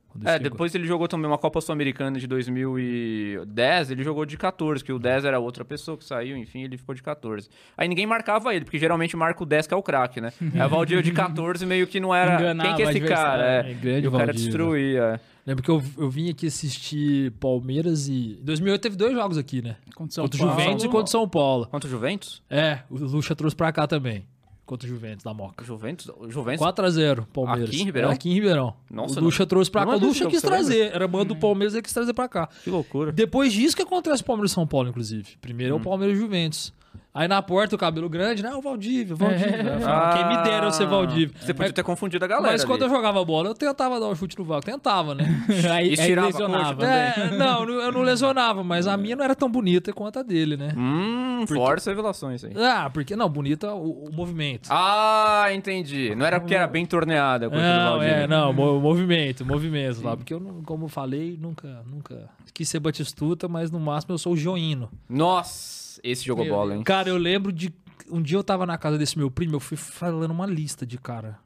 Quando É, chegou. depois ele jogou também uma Copa Sul-Americana de 2010, ele jogou de 14, que o 10 era outra pessoa que saiu, enfim, ele ficou de 14. Aí ninguém marcava ele, porque geralmente marca o 10 que é o craque, né? Aí o Valdir de 14 meio que não era... Enganava Quem que é esse o cara? adversário, É. né? Grande e o cara Valdir, né? destruía. é. Lembro que eu, eu vim aqui assistir Palmeiras e. Em 2008 teve dois jogos aqui, né? Contra o São Contra o Paulo. Juventus e contra o São Paulo. Quanto o Juventus? É, o Lucha trouxe pra cá também. Contra o Juventus da Moca. Juventus? O Juventus? 4x0, Palmeiras. Aqui em Ribeirão? Era aqui em Ribeirão. Nossa, o Lucha não- trouxe pra não cá. O lembro Lucha desse quis jogo, você É. trazer. Era mando do Palmeiras, ele quis trazer pra cá. Que loucura. Depois disso que acontece o Palmeiras e São Paulo, inclusive. Primeiro é Hum. o Palmeiras e o Juventus. Aí na porta o cabelo grande, né? Ah, O Valdívia, o Valdívia. Aí eu falava, Quem me dera eu ser Valdívia. É. Ah, Você podia Mas- ter né? confundido a galera Mas quando eu ali. jogava bola, eu tentava dar um chute no vácuo. Tentava, né? aí, aí Estirava a lesionava. né? É, não, eu não lesionava, mas a minha não era tão bonita quanto a dele, né? Hum, fortes revelações aí. Ah, porque não, bonita o, o movimento. Hum. Ah, entendi. Não era porque era bem torneada. coisa do né? não, Valdívia. é, não, mo- movimento, movimento lá. Porque eu, não- como eu falei, nunca, nunca quis ser batistuta, mas no máximo eu sou o Joino. Nossa, esse jogou Meu bola, Deus. hein? Cara, eu lembro de. Um dia eu tava na casa desse meu primo, eu fui falando uma lista de cara.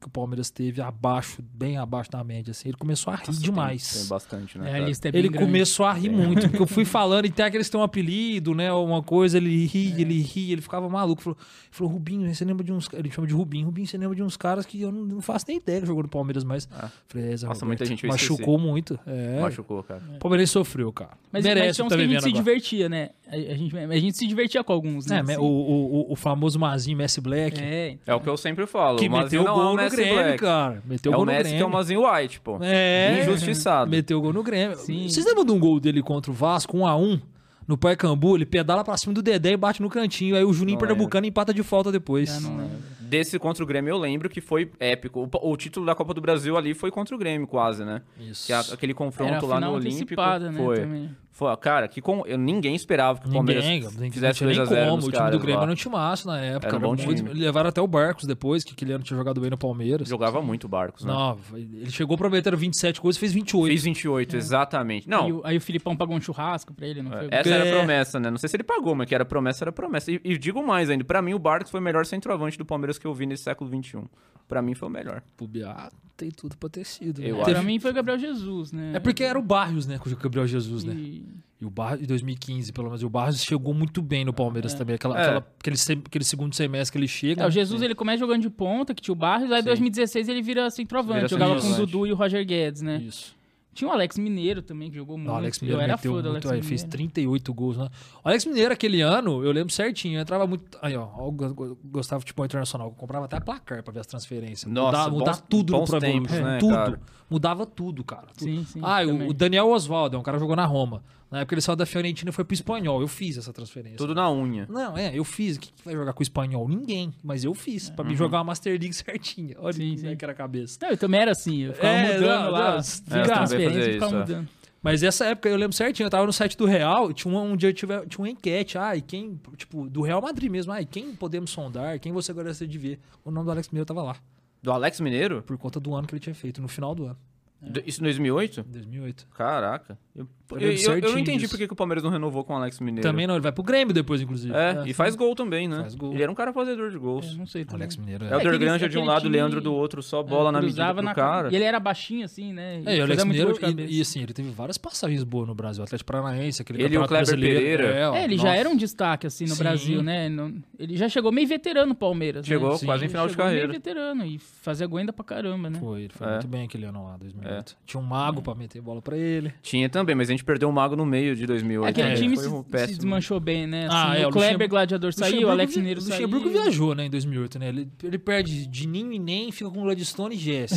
que o Palmeiras teve abaixo, bem abaixo da média, assim, ele começou a rir demais. Tem bastante, né? É, a cara? lista é bem Ele grande. começou a rir muito, porque eu fui falando, e tem aqueles que têm um apelido, né? Alguma coisa, ele ri, É. ele ri, ele ficava maluco. Falou, falou, Rubinho, você lembra de uns. Ele chama de Rubinho, Rubinho, você lembra de uns caras que eu não, não faço nem ideia que jogou no Palmeiras, mas. Falei, "É, Zé Ah. Nossa, Roberto, muita gente, eu esqueci. Machucou muito. É. Machucou, cara. O Palmeirense sofreu, cara. Mas, Merece mas tinha o uns que tá que a gente vivendo se agora. divertia, né? A, a gente, a gente se divertia com alguns, né? É, me- assim. o, o, o- o famoso Mazinho Messi Black. É, É o que eu sempre falo. Que o Mazinho meteu o não é gol Messi no Grêmio, Black. cara. Meteu É gol o no Messi que é Grêmio. o Mazinho White, pô. É. Injustiçado. Meteu o gol no Grêmio. Sim. Vocês lembram de um gol dele contra o Vasco, 1 a 1 no Pacaembu? Ele pedala pra cima do Dedé e bate no cantinho. Aí o Juninho Não é. Pernambucano empata de falta depois. já não lembro. Desse contra o Grêmio eu lembro que foi épico. O, pa- o título da Copa do Brasil ali foi contra o Grêmio, quase, né? Isso. Que a- aquele confronto Era a lá no final Olímpico. antecipada, né, foi. também. foi. Cara, que com, eu, ninguém esperava que o Palmeiras Ninguém, ninguém fizesse não tinha 2 a nem 0 como. nos O time caras do Grêmio lá. era um timaço na época. Era um bom muito- time. Levaram até o Barcos depois, que aquele ano tinha jogado bem no Palmeiras. Jogava muito Barcos, né? Não, ele chegou prometendo 27 gols e fez 28. Fez É. 28, exatamente. Aí, Não, o- aí o Filipão pagou um churrasco pra ele, não foi? Essa era É. a promessa, né? Não sei se ele pagou, mas que era promessa, era promessa. E, e digo mais ainda, pra mim o Barcos foi o melhor centroavante do Palmeiras que eu vi nesse século XXI. Pra mim foi o melhor. O Biá tem tudo pra ter sido. Eu né? acho. Pra mim foi o Gabriel Jesus, né? É porque era o Barrios, né? Com o Gabriel Jesus, né? E- E o Barros, em 2015, pelo menos, e o Barros chegou muito bem no Palmeiras também. Aquela, É. aquela- aquele, sem- aquele segundo semestre que ele chega. É, o Jesus ele começa jogando de ponta, que tinha o Barros, aí em 2016 ele vira centroavante, Vira jogava com o centroavante. Dudu e o Roger Guedes, né? Isso. Ah, Tinha o Alex Mineiro também, que jogou muito. O Alex eu Mineiro era meteu fã do Alex muito, aí, Mineiro. fez 38 gols. Né? O Alex Mineiro, aquele ano, eu lembro certinho, eu entrava muito. Aí, ó, eu go- go- gostava de futebol internacional. Eu comprava até placar pra ver as transferências. Nossa, mudava, mudava bons- tudo bons no Pro Evolution, tempos, né, Tudo. cara? Mudava tudo, cara. Tudo. Sim, sim, Ah, também. o, o Daniel Oswaldo, é um cara que jogou na Roma. Na época ele saiu da Fiorentina e foi pro espanhol. Eu fiz essa transferência. Tudo na unha. Não, é, eu fiz. Quem que vai jogar com o espanhol? Ninguém. Mas eu fiz, pra Uhum. me jogar uma Master League certinha. Olha é Sim, que sim. era a cabeça. Não, eu também era assim, eu ficava É, mudando não, lá. as- não, eu as também transferências, fazia ficava isso, é. mudando. Mas essa época eu lembro certinho, eu tava no site do Real, e tinha um, um dia eu tive, tinha uma enquete, ah, e quem, tipo, do Real Madrid mesmo, ah, e quem podemos sondar, quem você gostaria de ver? O nome do Alex Mineiro tava lá, Do Alex Mineiro? por conta do ano que ele tinha feito, no final do ano, Do- Isso em 2008? em 2008. Caraca. Eu, Eu eu, lembro eu- eu certinho não entendi disso. por que que o Palmeiras não renovou com o Alex Mineiro. Também não, ele vai pro Grêmio depois, inclusive. É, e faz gol também, né? Faz gol. Ele era um cara fazedor de Eu gols. não sei também. Alex Mineiro, É o é. aquele- Granja de um aquele lado, o time- Leandro do outro, só bola na medida Cruzava pro na- cara. E ele era baixinho assim, né? É, e o fazia Alex muito Mineiro, gol de cabeça. e, e assim, ele teve várias passagens boas no Brasil, Atlético Paranaense, aquele Ele e o campeonato Kleber brasileiro. Pereira. ó, É, ele já nossa. era um destaque assim no Sim. Brasil, né? Não- Ele já chegou meio veterano Palmeiras. Chegou né? Sim. quase em Ele final de chegou meio carreira. veterano e fazia gol ainda pra caramba, né? Foi, ele foi É. muito bem aquele ano lá, 2008. Tinha um mago pra meter bola pra ele. Tinha também, mas a gente perdeu o Mago no meio de 2008. Aquele né? É time Foi se, um se péssimo. desmanchou bem, né? Assim, Ah, é, o o Kleber Luxemburgo- Gladiador saiu, o Luxemburgo Alex vi- Mineiro saiu. Luxemburgo viajou, né, em 2008, né? Ele, ele perde Dininho e Nem, fica com Gladstone e Jesse.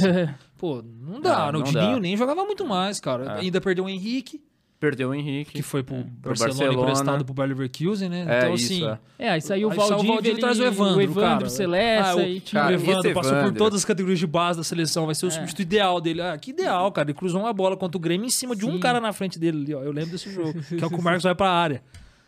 Pô, não dá, É, É. não, não Dininho dá. e Nem jogava muito mais, cara. Ainda perdeu o Henrique, Perdeu o Henrique. que foi pro Pro Barcelona, Barcelona. emprestado pro Bayer Leverkusen, né? É, então, isso, assim... é. É, aí saiu o aí saiu Valdívia, ele- traz o Evandro, o Evandro cara. Celeste, Ah, aí tipo, é, o, tinha- É. Cara, o esse Evandro passou por Evandro. todas as categorias de base da seleção, vai ser o substituto ideal dele. Ah, que ideal, cara. Ele cruzou uma bola contra o Grêmio em cima de um Sim. cara na frente dele ali, ó. Eu lembro desse jogo, que é o que o Marcos vai pra área.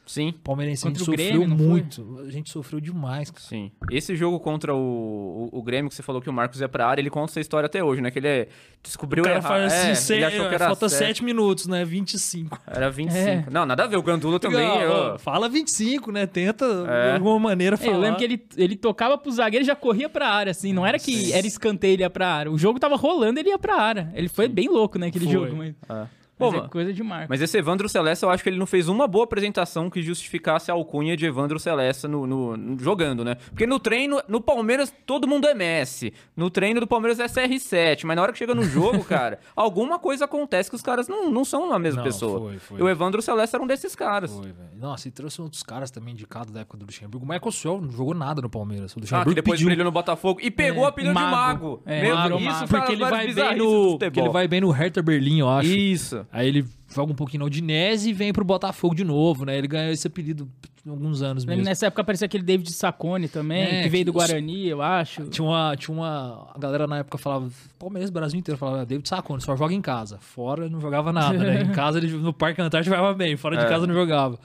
Sim, Palmeirense, a gente Contra o sofreu Grêmio, não foi? muito. A gente sofreu demais, cara. sim. Esse jogo contra o, o, o Grêmio, que você falou que o Marcos ia pra área, ele conta essa história até hoje, né? Que ele é- descobriu O cara errar- faz assim, é, se- ele achou que era falta É. 7. 7 minutos, né? 25. Era 25. Não, nada a ver. O Gandula também. Fica, ó, ó. Fala 25, né? Tenta É. de alguma maneira É, falar. eu lembro que ele, ele tocava pro zagueiro e já corria pra área, assim. Não era que era escanteio, ele ia pra área. O jogo tava rolando, ele ia pra área. Ele foi bem louco, né, aquele Foi. jogo. Mas, É. Pô, mas mas, é coisa de marca. mas esse Evandro Celeste, eu acho que ele não fez uma boa apresentação que justificasse a alcunha de Evandro Celeste no, no- no- jogando, né? Porque no treino, no Palmeiras, todo mundo é Messi. No treino do Palmeiras é CR7. Mas na hora que chega no jogo, cara, alguma coisa acontece que os caras não, não são a mesma Não, pessoa. foi, foi. E o Evandro Celeste era um desses caras. Foi, velho. Nossa, e trouxe outros caras também indicados da época do Luxemburgo. O Michael Suel não jogou nada no Palmeiras. Ah, O Luxemburgo que depois pediu... brilhou no Botafogo e pegou o apelido de mago. mago. É, Meu, mago, isso mago. cara, porque ele várias vai bem bizarrices do no... Porque futebol. ele vai bem no Hertha Berlim, eu acho. Isso. Aí ele joga um pouquinho na Udinese e vem pro Botafogo de novo, né? Ele ganhou esse apelido em alguns anos mesmo. Nessa época aparecia aquele David Sacone também, É, que veio do que- É. Guarani, eu acho. É. Tinha uma, tinha uma. A galera na época falava. Palmeiras, Brasil inteiro falava, "Ah, David Sacone, só joga em casa. Fora não jogava nada, né? Em casa ele no Parque Antártico jogava bem, fora É. de casa não jogava.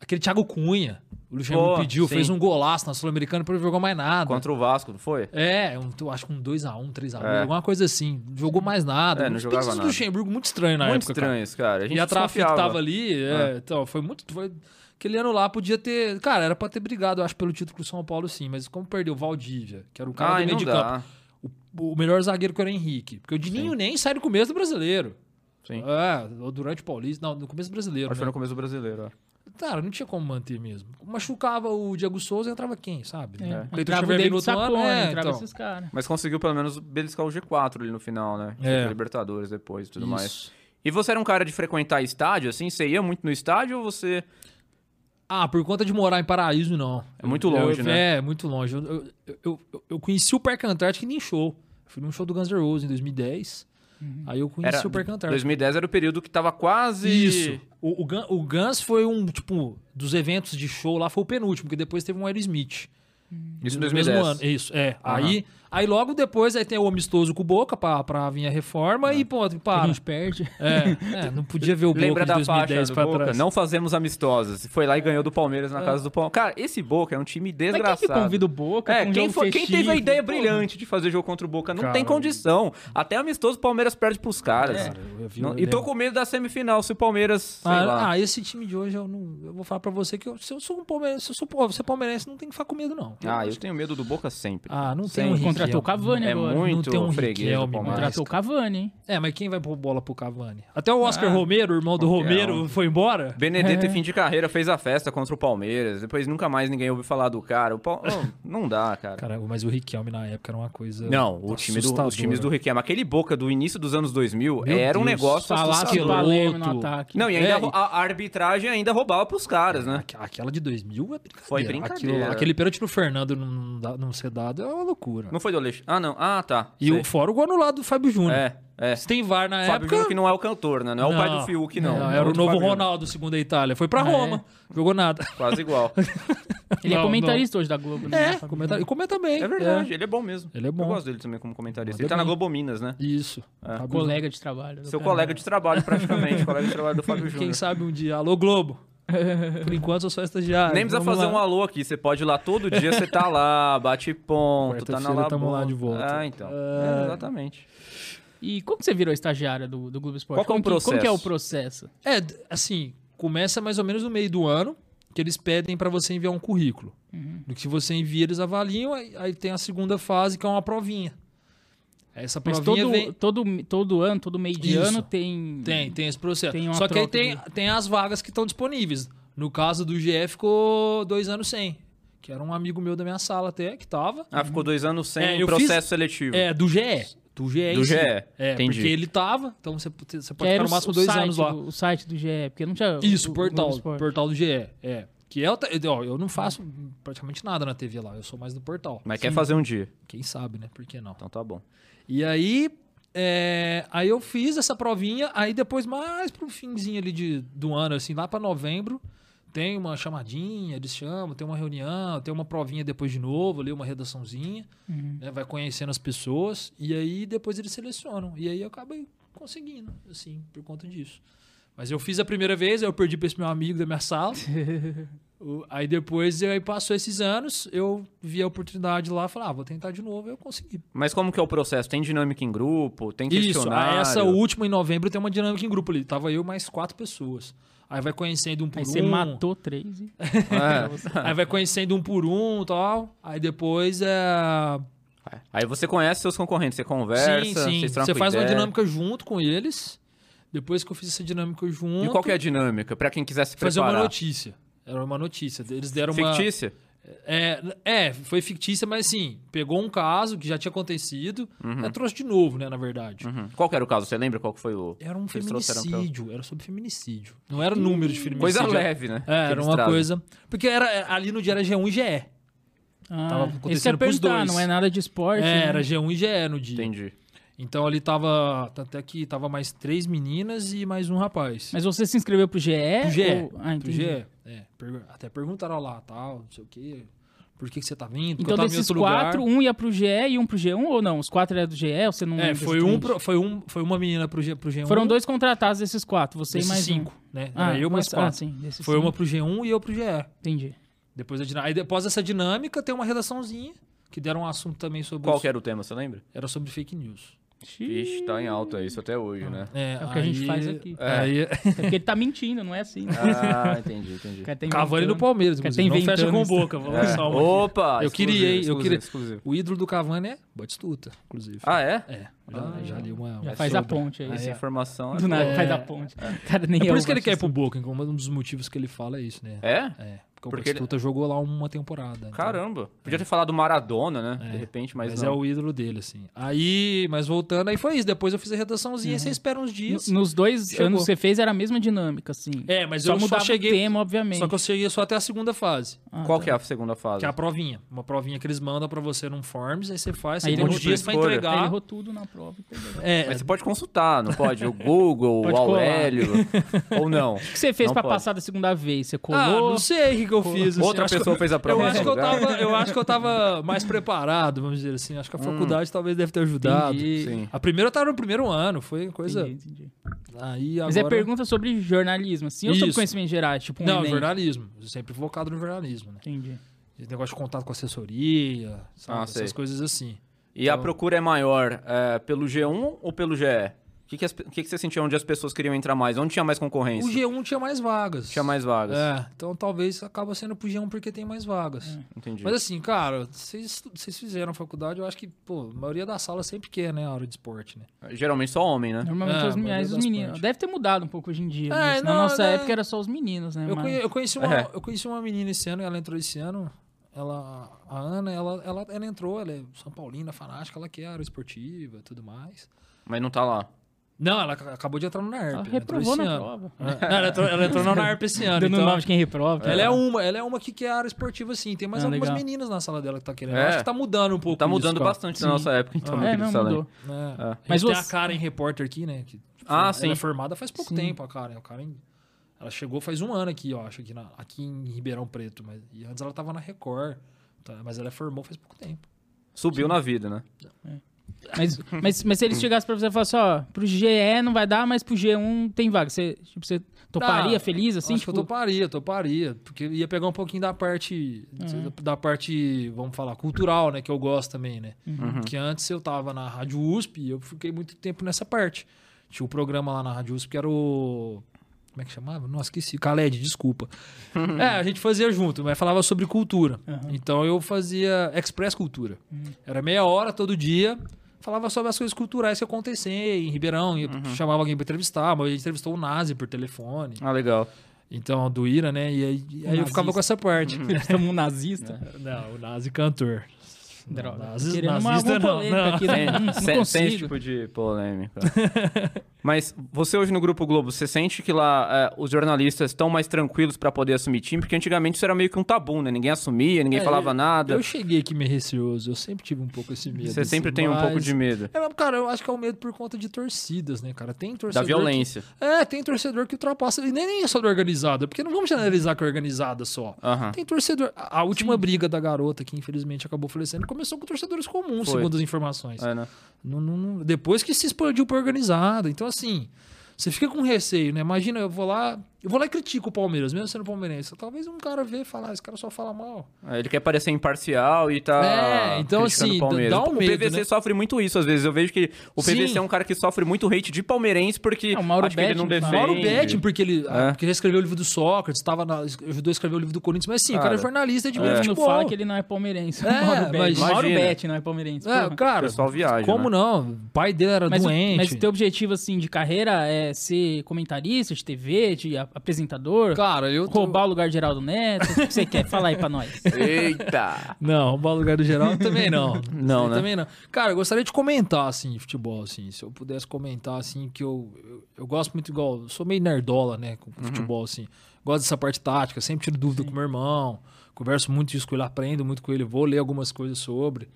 Aquele Thiago Cunha, o Luxemburgo Pô, pediu, sim. fez um golaço na Sul-Americana pra ele jogar mais nada. Contra o Vasco, não foi? É, um- eu acho que um 2x1, 3x1, É. alguma coisa assim. Não Jogou mais nada. É, não Os jogava pedidos do nada. Luxemburgo muito estranho na Muito época. cara. estranho esse cara. A gente E a Trafic desconfiava. tava ali, é, então, foi muito. Foi, aquele ano lá podia ter. Cara, era pra ter brigado, eu acho, pelo título do São Paulo, sim, mas como perdeu o Valdívia, que era o cara Ai, do meio Ah, não de dá. campo. O o melhor zagueiro que era o Henrique. Porque o Dininho nem sai no começo do brasileiro. Sim. É, ou durante o Paulista. Não, no começo do brasileiro. Acho que foi né? no começo do brasileiro, ó. Cara, não tinha como manter mesmo. Machucava o Diego Souza e entrava quem, sabe? É. Cleiton Entrava o Xavier David no outro ano, Sacone, é, entrava então. esses caras. Mas conseguiu pelo menos beliscar o G4 ali no final, né? É. Libertadores depois e tudo Isso. mais. E você era um cara de frequentar estádio, assim? Você ia muito no estádio ou você. Ah, por conta de morar em Paraíso, não. É muito longe, Eu- né? É, muito longe. Eu, eu, eu- eu- eu conheci o Parque Antártico em show. Fui num show do Guns N' Roses em 2010. Uhum. Aí eu conheci Era o Parque Antártico. 2010 era o período que tava quase. Isso. O, o, Gun- o Guns foi um, tipo, dos eventos de show lá, foi o penúltimo, porque depois teve um Aerosmith. Isso em No 2010. mesmo ano. Isso, é. Aí, aí logo depois aí tem o amistoso com o Boca pra, pra vir a reforma Ah. e pô, A para. gente perde. É, é, não podia ver o Boca Lembra de da 2010 faixa do pra Boca? trás. Não fazemos amistosos. Foi lá e ganhou do Palmeiras na casa do Palmeiras. Cara, esse Boca é um time desgraçado. Mas quem que convida o Boca É, pra um quem, jogo foi- quem teve a festivo? ideia Porra. brilhante de fazer jogo contra o Boca não Cara, tem condição. Até amistoso o Palmeiras perde pros caras. eu vi, Não- então eu e tô lembro. com medo da semifinal se o Palmeiras. sei É. Ah, lá. ah, esse time de hoje eu não. Eu vou falar pra você que eu- se eu sou um palmeirense, se eu sou pô, você é palmeirense, não tem que ficar com medo, não. Ah, eu tenho medo do Boca sempre. Ah, não Sim. tem um Riquelme. Contratou o Cavani é agora. muito não tem um freguês do Riquelme, Palmeiras. Contratou o Cavani, hein? É, mas quem vai pôr bola pro Cavani? Até o Oscar Romero, o irmão do Ah, qualquer Romero, um. foi embora? Benedetto, em fim de carreira, fez a festa contra o Palmeiras. Depois nunca mais ninguém ouviu falar do cara. O Pal- Oh, não dá, cara. Cara, mas o Riquelme na época era uma coisa. Não, o time do, os times do assustadora. Riquelme, aquele Boca do início dos anos 2000 né? Meu era um Deus, negócio Palácio e assustador. Palácio Palermo Piloto. no ataque. Não, e ainda É, ro- e- a a arbitragem ainda roubava pros caras, né? Aqu- Aquela de 2000 é brincadeira. Foi brincadeira. Aquilo lá- aquele pênalti pro Fernando não, não dá- não ser dado é uma loucura. Não foi do Alexandre. Ah, não. Ah, tá. E Sei. o, fora o gol anulado do Fábio Júnior. É, é. Se tem VAR na Fábio época. Júnior que não é o cantor, né? Não é o pai do Fiuk, não. É era o Outro novo Fábio Júnior. É. Ronaldo, segundo a Itália. Foi pra Roma. Jogou nada. Quase igual. Ele Não, é comentarista hoje da Globo, né? É, comenta, e comenta bem. É verdade, ele é bom mesmo. Ele é bom. é Eu gosto dele também como comentarista. Manda Ele tá na bem. Globo Minas, né? Isso. Fábio Colega de trabalho. do Seu cara. colega de trabalho, praticamente. colega de trabalho do Fábio Júnior. é Quem Júnior. sabe um dia. Alô, Globo. Por enquanto eu sou estagiário. Nem precisa Vamos fazer lá. um alô aqui. Você pode ir lá todo dia, você tá lá, bate ponto, tá na Quarta-feira tamo labuta. lá de volta. Ah, então. Ah. É, exatamente. E como que você virou estagiária do, do Globo Esporte? Qual que é o como Como que é o processo? processo? É, d- assim, começa mais ou menos no meio do ano, que eles pedem pra você enviar um currículo. Uhum. No que você envia, eles avaliam, aí, aí tem a segunda fase, que é uma provinha. Essa Mas provinha todo, vem... todo, todo ano, todo meio de Isso. ano tem... Tem, tem esse processo. Tem uma Só que aí troca tem, tem as vagas que estão disponíveis. No caso do GE, ficou dois anos sem. Que era um amigo meu da minha sala até, que tava. Ah, ficou dois anos É, sem eu processo fiz- seletivo. É, do GE. Do GE. em Do si. GE, É, entendi. porque ele tava, então você, você Que pode era ficar o, no máximo o dois site anos lá. do- o site do GE, porque não tinha... Isso, o- o portal, Globo Esporte. portal do GE. É. Que é, o ta- ó, eu não faço praticamente nada na TV lá, eu sou mais do portal. Mas quer fazer um dia. Quem sabe, né? Por que não? Então tá bom. E aí, é, aí eu fiz essa provinha, aí depois, mais pro finzinho ali de, do ano, assim, lá pra novembro, tem uma chamadinha, eles chamam, tem uma reunião, tem uma provinha depois de novo, ali, uma redaçãozinha, né, vai conhecendo as pessoas, e aí depois eles selecionam. E aí eu acabei conseguindo, assim, por conta disso. Mas eu fiz a primeira vez, aí eu perdi pra esse meu amigo da minha sala. O- aí depois, aí passou esses anos, eu vi a oportunidade lá, falei, ah, vou tentar de novo, aí eu consegui. Mas como que é o processo? Tem dinâmica em grupo? Tem Isso, questionário? ah, essa última em novembro tem uma dinâmica em grupo ali. Tava eu mais quatro pessoas. Aí vai conhecendo um por Aí um. você matou três e... É. Aí vai conhecendo um por um e tal. Aí depois é. Aí você conhece seus concorrentes, você conversa, sim, sim. vocês Você trocam faz uma ideia. dinâmica junto com eles. Depois que eu fiz essa dinâmica junto. E qual que é a dinâmica? Pra quem quiser se Fazer uma preparar. notícia. Era uma notícia. Eles deram uma. Fictícia? É, é, foi fictícia, mas assim, pegou um caso que já tinha acontecido, né, trouxe de novo, né, na verdade. Uhum. Qual que era o caso? Você lembra qual que foi o... Era um que eles trouxeram pra- feminicídio, era sobre feminicídio. Não era número de feminicídio. Coisa era- leve, né? É, que era eles uma trazem. coisa. Porque era é, ali no dia era G1 e GE. Ah, Tava isso que eu ia acontecendo pros perguntar, dois. Não é nada de esporte, É, né? era G1 e GE no dia. Entendi. Então ali tava. Até que tava mais três meninas e mais um rapaz. Mas você se inscreveu pro GE? Pro GE. ou- Ah, pro entendi. GE. É, pergu- até perguntaram lá, tal, não sei o quê. Por que, que você tá vindo? Porque Então eu tava em desses outro quatro, lugar. um ia pro GE e um pro G1 ou não? Os quatro eram do GE, você não É, lembra foi, um exatamente? pro- foi, um, foi uma menina pro, G, pro G1. Foram dois contratados esses quatro, você e desses mais cinco, um. né? Era eu mais você- quatro. Ah, sim, desses Foi cinco. uma pro G1 e eu pro GE. Entendi. Depois da dinâmica. Aí depois dessa dinâmica tem uma redaçãozinha que deram um assunto também sobre. Qual os- que era o tema, você lembra? Era sobre fake news. Ixi, tá em alta isso até hoje, né? É, o que a gente aí- faz aqui. Aí, É porque ele tá mentindo, não é assim. né? Ah, entendi, entendi. O cara tá Cavani inventando. do Palmeiras, Cara, inclusive. tá Não fecha inventando com isso. boca. Vamos É. lançar uma. Opa! Eu exclusivo, criei, eu exclusivo, criei. exclusivo. O ídolo do Cavani é Batistuta, inclusive. Ah, é? É, já, já li uma. Já uma faz a sobre. ponte aí. Essa é. informação é. Do nada, boa. faz a ponte. Cara, nem É por eu isso que ele gosto quer ir disso. pro Boca, hein, um dos motivos que ele fala é isso, né? É? É, porque o Porque ele- Batistuta jogou lá uma temporada. então- Caramba. Podia ter falado Maradona, né? De repente, mas, Mas, é não. o ídolo dele, assim. Aí, mas voltando, aí foi isso. Depois eu fiz a Uhum. redaçãozinha, aí você espera uns dias. No- Nos dois Chegou. anos que você fez era a mesma dinâmica, assim. É, mas só eu só mudava cheguei- o tema, Ah, obviamente. Só que eu cheguei só até a segunda fase, Qual que é a segunda fase? que é a provinha. Uma provinha que eles mandam pra você num Forms, aí você faz, Aí tem ele um monte de rotou dias pra escolha. Aí ele entregar. errou tudo na prova. entendeu? É, Mas você pode consultar, não pode? O Google, Pode o colar. Aurélio. ou não. O que você fez Não pra pode. passar da segunda vez? Você colou? Ah, não sei o que, que eu fiz. assim, Outra acho que pessoa eu- fez a prova Eu no acho, que eu, lugar. tava, eu acho que eu tava mais preparado, vamos dizer assim. Acho Hum. que a faculdade talvez deve ter ajudado. Entendi. Sim. A primeira eu tava no primeiro ano, foi coisa. Entendi, entendi. Aí agora... Mas é pergunta sobre jornalismo, assim, ou sobre Isso. conhecimentos gerais, tipo um né? Não, Enem? jornalismo. Eu sempre focado no jornalismo, né? Entendi. Esse negócio de contato com assessoria, sabe? Ah, sei. Essas coisas assim. E a procura é maior é, pelo G1 ou pelo GE? O que, que, as pe- o que que você sentia onde as pessoas queriam entrar mais? Onde tinha mais O concorrência? G1 tinha mais vagas. Tinha mais vagas. É, então talvez acaba sendo pro G1 porque tem mais vagas. Entendi. Mas assim, cara, vocês vocês fizeram a faculdade, eu acho que, pô, a maioria da sala sempre quer, né? A hora de esporte, né? Geralmente só homem, né? Normalmente É, os maioria meninos, os das meninos. partes. Deve ter mudado um pouco hoje em dia. É, mas na não, nossa né? época era só os meninos, né? Eu, mas- conhe- eu conheci uma, É. eu conheci uma menina esse ano, ela entrou esse ano. Ela, a Ana, ela, ela, ela entrou, ela é São Paulina, fanática, ela quer área esportiva e tudo mais. Mas não tá lá. Não, ela ac- acabou de entrar no NARP. Ela entrou reprovou esse na ano. prova. É. Não, ela entrou, ela entrou no NARP esse ano. Dando o então, nome de quem reprova. ela é uma, ela é uma que quer área esportiva, sim. Tem mais Ah, algumas legal. meninas na sala dela que tá querendo. É. Eu Acho que tá mudando um pouco. Tá isso, mudando cara. bastante na nossa época, então. meu É, querido não, Salem. mudou. É. A gente Mas tem a você- Karen, repórter aqui, né? que Ah, ela sim. é formada faz pouco Sim. tempo, a é Karen. A Karen, ela chegou faz um ano aqui, eu acho, aqui, na- aqui em Ribeirão Preto. Mas, e antes ela tava na Record. tá? mas ela formou faz pouco tempo. Subiu na vida, né? Mas, mas, mas se eles chegassem pra você e falassem, ó, pro GE não vai dar, mas pro G1 tem vaga. Você, tipo, você toparia Ah, feliz, assim? acho Tipo, que eu toparia, toparia. Porque ia pegar um pouquinho da parte. Uhum. Da parte, vamos falar, cultural, né? Que eu gosto também, né? Uhum. Porque antes eu tava na Rádio USP e eu fiquei muito tempo nessa parte. Tinha um programa lá na Rádio USP que era o. Como é que chamava? Nossa, esqueci. Khaled, desculpa. é, a gente fazia junto, mas falava sobre cultura. Uhum. Então eu fazia Express Cultura. Era meia hora todo dia. Falava sobre as coisas culturais que aconteciam em Ribeirão. E Uhum. chamava alguém pra entrevistar. Mas a gente entrevistou o Nazi por telefone. Ah, legal. Então, do Ira, né? E aí, aí eu ficava nazista. com essa parte. Uhum. estamos um nazista. Não, o Nazi cantor. Droga. Não, nazis- Querendo uma nazista alguma não, polêmica não. É, aqui, né? Não, não Sem, sem- sem esse consigo. tipo de polêmica. Mas você hoje no Grupo Globo, você sente que lá eh, os jornalistas estão mais tranquilos pra poder assumir time? Porque antigamente isso era meio que um tabu, né? Ninguém assumia, ninguém É, falava nada. Eu cheguei aqui meio receoso. Eu sempre tive um pouco esse medo. Você assim, sempre tem um mas- pouco de medo É, mas, cara, eu acho que é o medo por conta de torcidas, né, cara? Tem da torcedor. violência. que- É, tem torcedor que ultrapassa. E nem, nem é só do organizado, porque não vamos generalizar que é organizada só. Aham. Tem torcedor. A a última briga da garota, que infelizmente acabou falecendo, começou com torcedores comuns, Foi. segundo as informações. É, né? Não- não- não- depois que se expandiu pra organizada. Então, assim, você fica com receio, né? Imagina, eu vou lá, eu vou lá e critico o Palmeiras, mesmo sendo palmeirense. Talvez um cara vê e falar, "Ah, esse cara só fala mal. É, Ele quer parecer imparcial e tá. É, então, criticando assim, o Palmeiras. dá um o medo, PVC né? sofre muito isso, às vezes. Eu vejo que o Sim. PVC é um cara que sofre muito hate de palmeirense porque É, o Mauro acho que ele não Betting, defende. tá? Mauro Betting, porque ele, ah, É. porque ele escreveu o livro do Sócrates, tava na- ajudou a escrever o livro do Corinthians, mas sim, o cara é Cara, jornalista e Todo admira mundo futebol. fala que ele não é palmeirense. É, Mauro mas Betti. Mauro imagina. Betti não é palmeirense. É, porra. O cara, pessoal viaja. como né? não? O pai dele era Mas, o- doente. mas o teu objetivo, assim, de carreira é ser comentarista de TV, de a- apresentador, Cara, eu... roubar o lugar de Geraldo Neto, o que você quer? Fala aí pra nós. Eita! Não, roubar o lugar do geral também não. Não, Isso aí né? Também não. Cara, eu gostaria de comentar, assim, futebol, assim. Se eu pudesse comentar, assim, que eu, eu, eu gosto muito igual... Eu sou meio nerdola, né, com Uhum. futebol, assim. Gosto dessa parte tática, sempre tiro dúvida com meu irmão. Converso muito isso com ele, aprendo muito com ele. Vou ler algumas coisas sobre.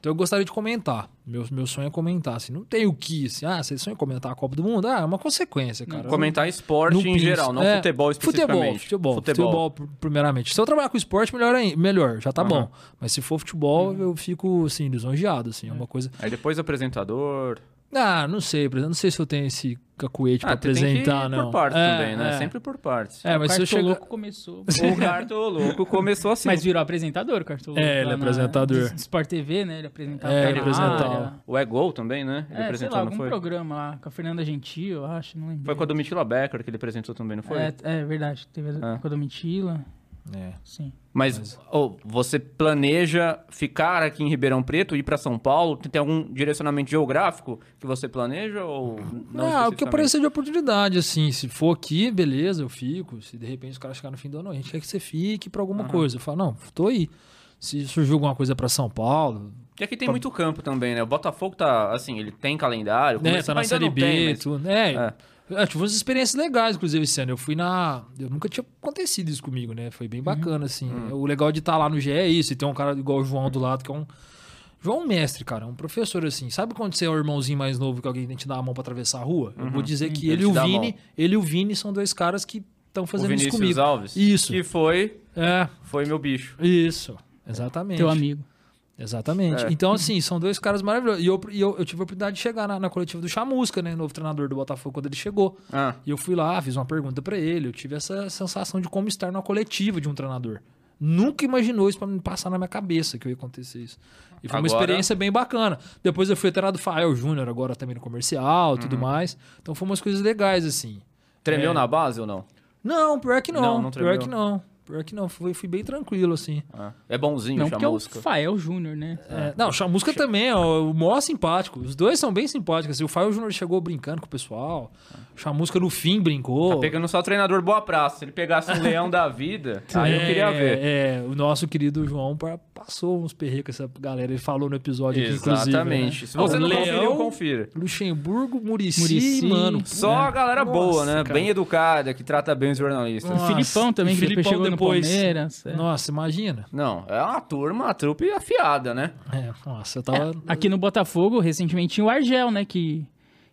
Então eu gostaria de comentar. Meu, meu sonho é comentar, assim. Não tem o que, assim. Ah, você sonha em comentar a Copa do Mundo? Ah, é uma consequência, cara. Eu- Comentar esporte no em piso. geral, não É, futebol Futebol, especificamente. futebol, futebol, pr- primeiramente. Se eu trabalhar com esporte, melhor ainda, melhor, já tá bom. Mas se for futebol, eu fico, assim, lisonjeado, assim, é uma coisa... Aí depois apresentador. Ah, não sei, por exemplo, não sei se eu tenho esse cacuete pra Ah, tem que ir Tipo, apresentar, não. por partes É, também, né? é. Sempre por partes. É, o mas se eu chegar... Cartoloco começou. O Cartoloco começou assim. Mas virou apresentador, o Cartoloco. É, ele lá é apresentador. Na... Sport TV, né? Ele apresentava. É, Tá ele na apresentava. área. O Ah, É Gol também, né? Ele É, sei apresentou, lá, não algum foi? programa lá, com a Fernanda Gentil, eu acho, não lembro. Foi com a Domitila Becker que ele apresentou também, não foi? É, é verdade, teve a- É. com a Domitila, É. sim. Mas ô, você planeja ficar aqui em Ribeirão Preto, ir pra São Paulo? Tem tem algum direcionamento geográfico que você planeja ou não? Ah, o que especificamente? aparecer de oportunidade, assim. Se for aqui, beleza, eu fico. Se de repente os caras chegarem no fim do ano, a gente quer que você fique pra alguma coisa. Eu falo, não, tô aí. Se surgiu alguma coisa pra São Paulo, Porque aqui tem muito campo também, né? O Botafogo tá, assim, ele tem calendário. né, começo tá na ainda Série não B, tem, mas- tudo. É, É. eu tive umas experiências legais, inclusive, esse ano. Eu fui na. Eu nunca tinha acontecido isso comigo, né? Foi Uhum. bem bacana, assim. Hum. O legal de estar lá no GE é isso. E tem um cara igual o João do lado, que é um. João é um mestre, cara, é um professor assim. Sabe quando você é o irmãozinho mais novo que alguém tem que te dar a mão pra atravessar a rua? Eu vou dizer que Ele ele e Uhum. te o dá a Vini, mão. ele e o Vini são dois caras que estão O fazendo isso Vinícius comigo. Alves. Isso. Que foi, É, foi meu bicho. isso. Exatamente. Teu amigo. Exatamente. É. Então, assim, são dois caras maravilhosos. E eu, e eu, eu tive a oportunidade de chegar na, na coletiva do Chamusca, né? Novo treinador do Botafogo, quando ele chegou. Ah, E eu fui lá, fiz uma pergunta pra ele. Eu tive essa sensação de como estar na coletiva de um treinador. Nunca imaginou isso pra me passar na minha cabeça que ia acontecer isso. E foi uma Agora- experiência bem bacana. Depois eu fui treinado do Fael Júnior, agora também no comercial e tudo Uhum. mais. Então foram umas coisas legais, assim. tremeu na base ou não? Não, pior que não. Não, não pior tremeu. que não. Pior que não. Fui, fui bem tranquilo, assim. Ah, É bonzinho Não, o porque é o Chamusca. Fael Júnior, né? É, não, o Chamusca também é o o maior simpático. Os dois são bem simpáticos. assim. O Fábio Júnior chegou brincando com o pessoal. O Chamusca no fim brincou. É. Tá pegando só treinador boa praça. Se ele pegasse um leão da vida, aí Tá, eu É, queria ver. É, o nosso querido João pa- passou uns perrecos com essa galera. Ele falou no episódio aqui, inclusive. Exatamente. né? Se você O não conferiu, Leão, confira. Luxemburgo, Murici, Muricy. mano. Só a galera Nossa, boa, né? cara. Bem educada, que trata bem os jornalistas. Nossa, Filipão também, que depois Filipão chegou depois. no Palmeiras. é. né? Nossa, imagina. Não, é uma turma, uma trupe afiada, né? É, nossa, eu tava. Aqui no Botafogo, recentemente, tinha o Argel, né? Que,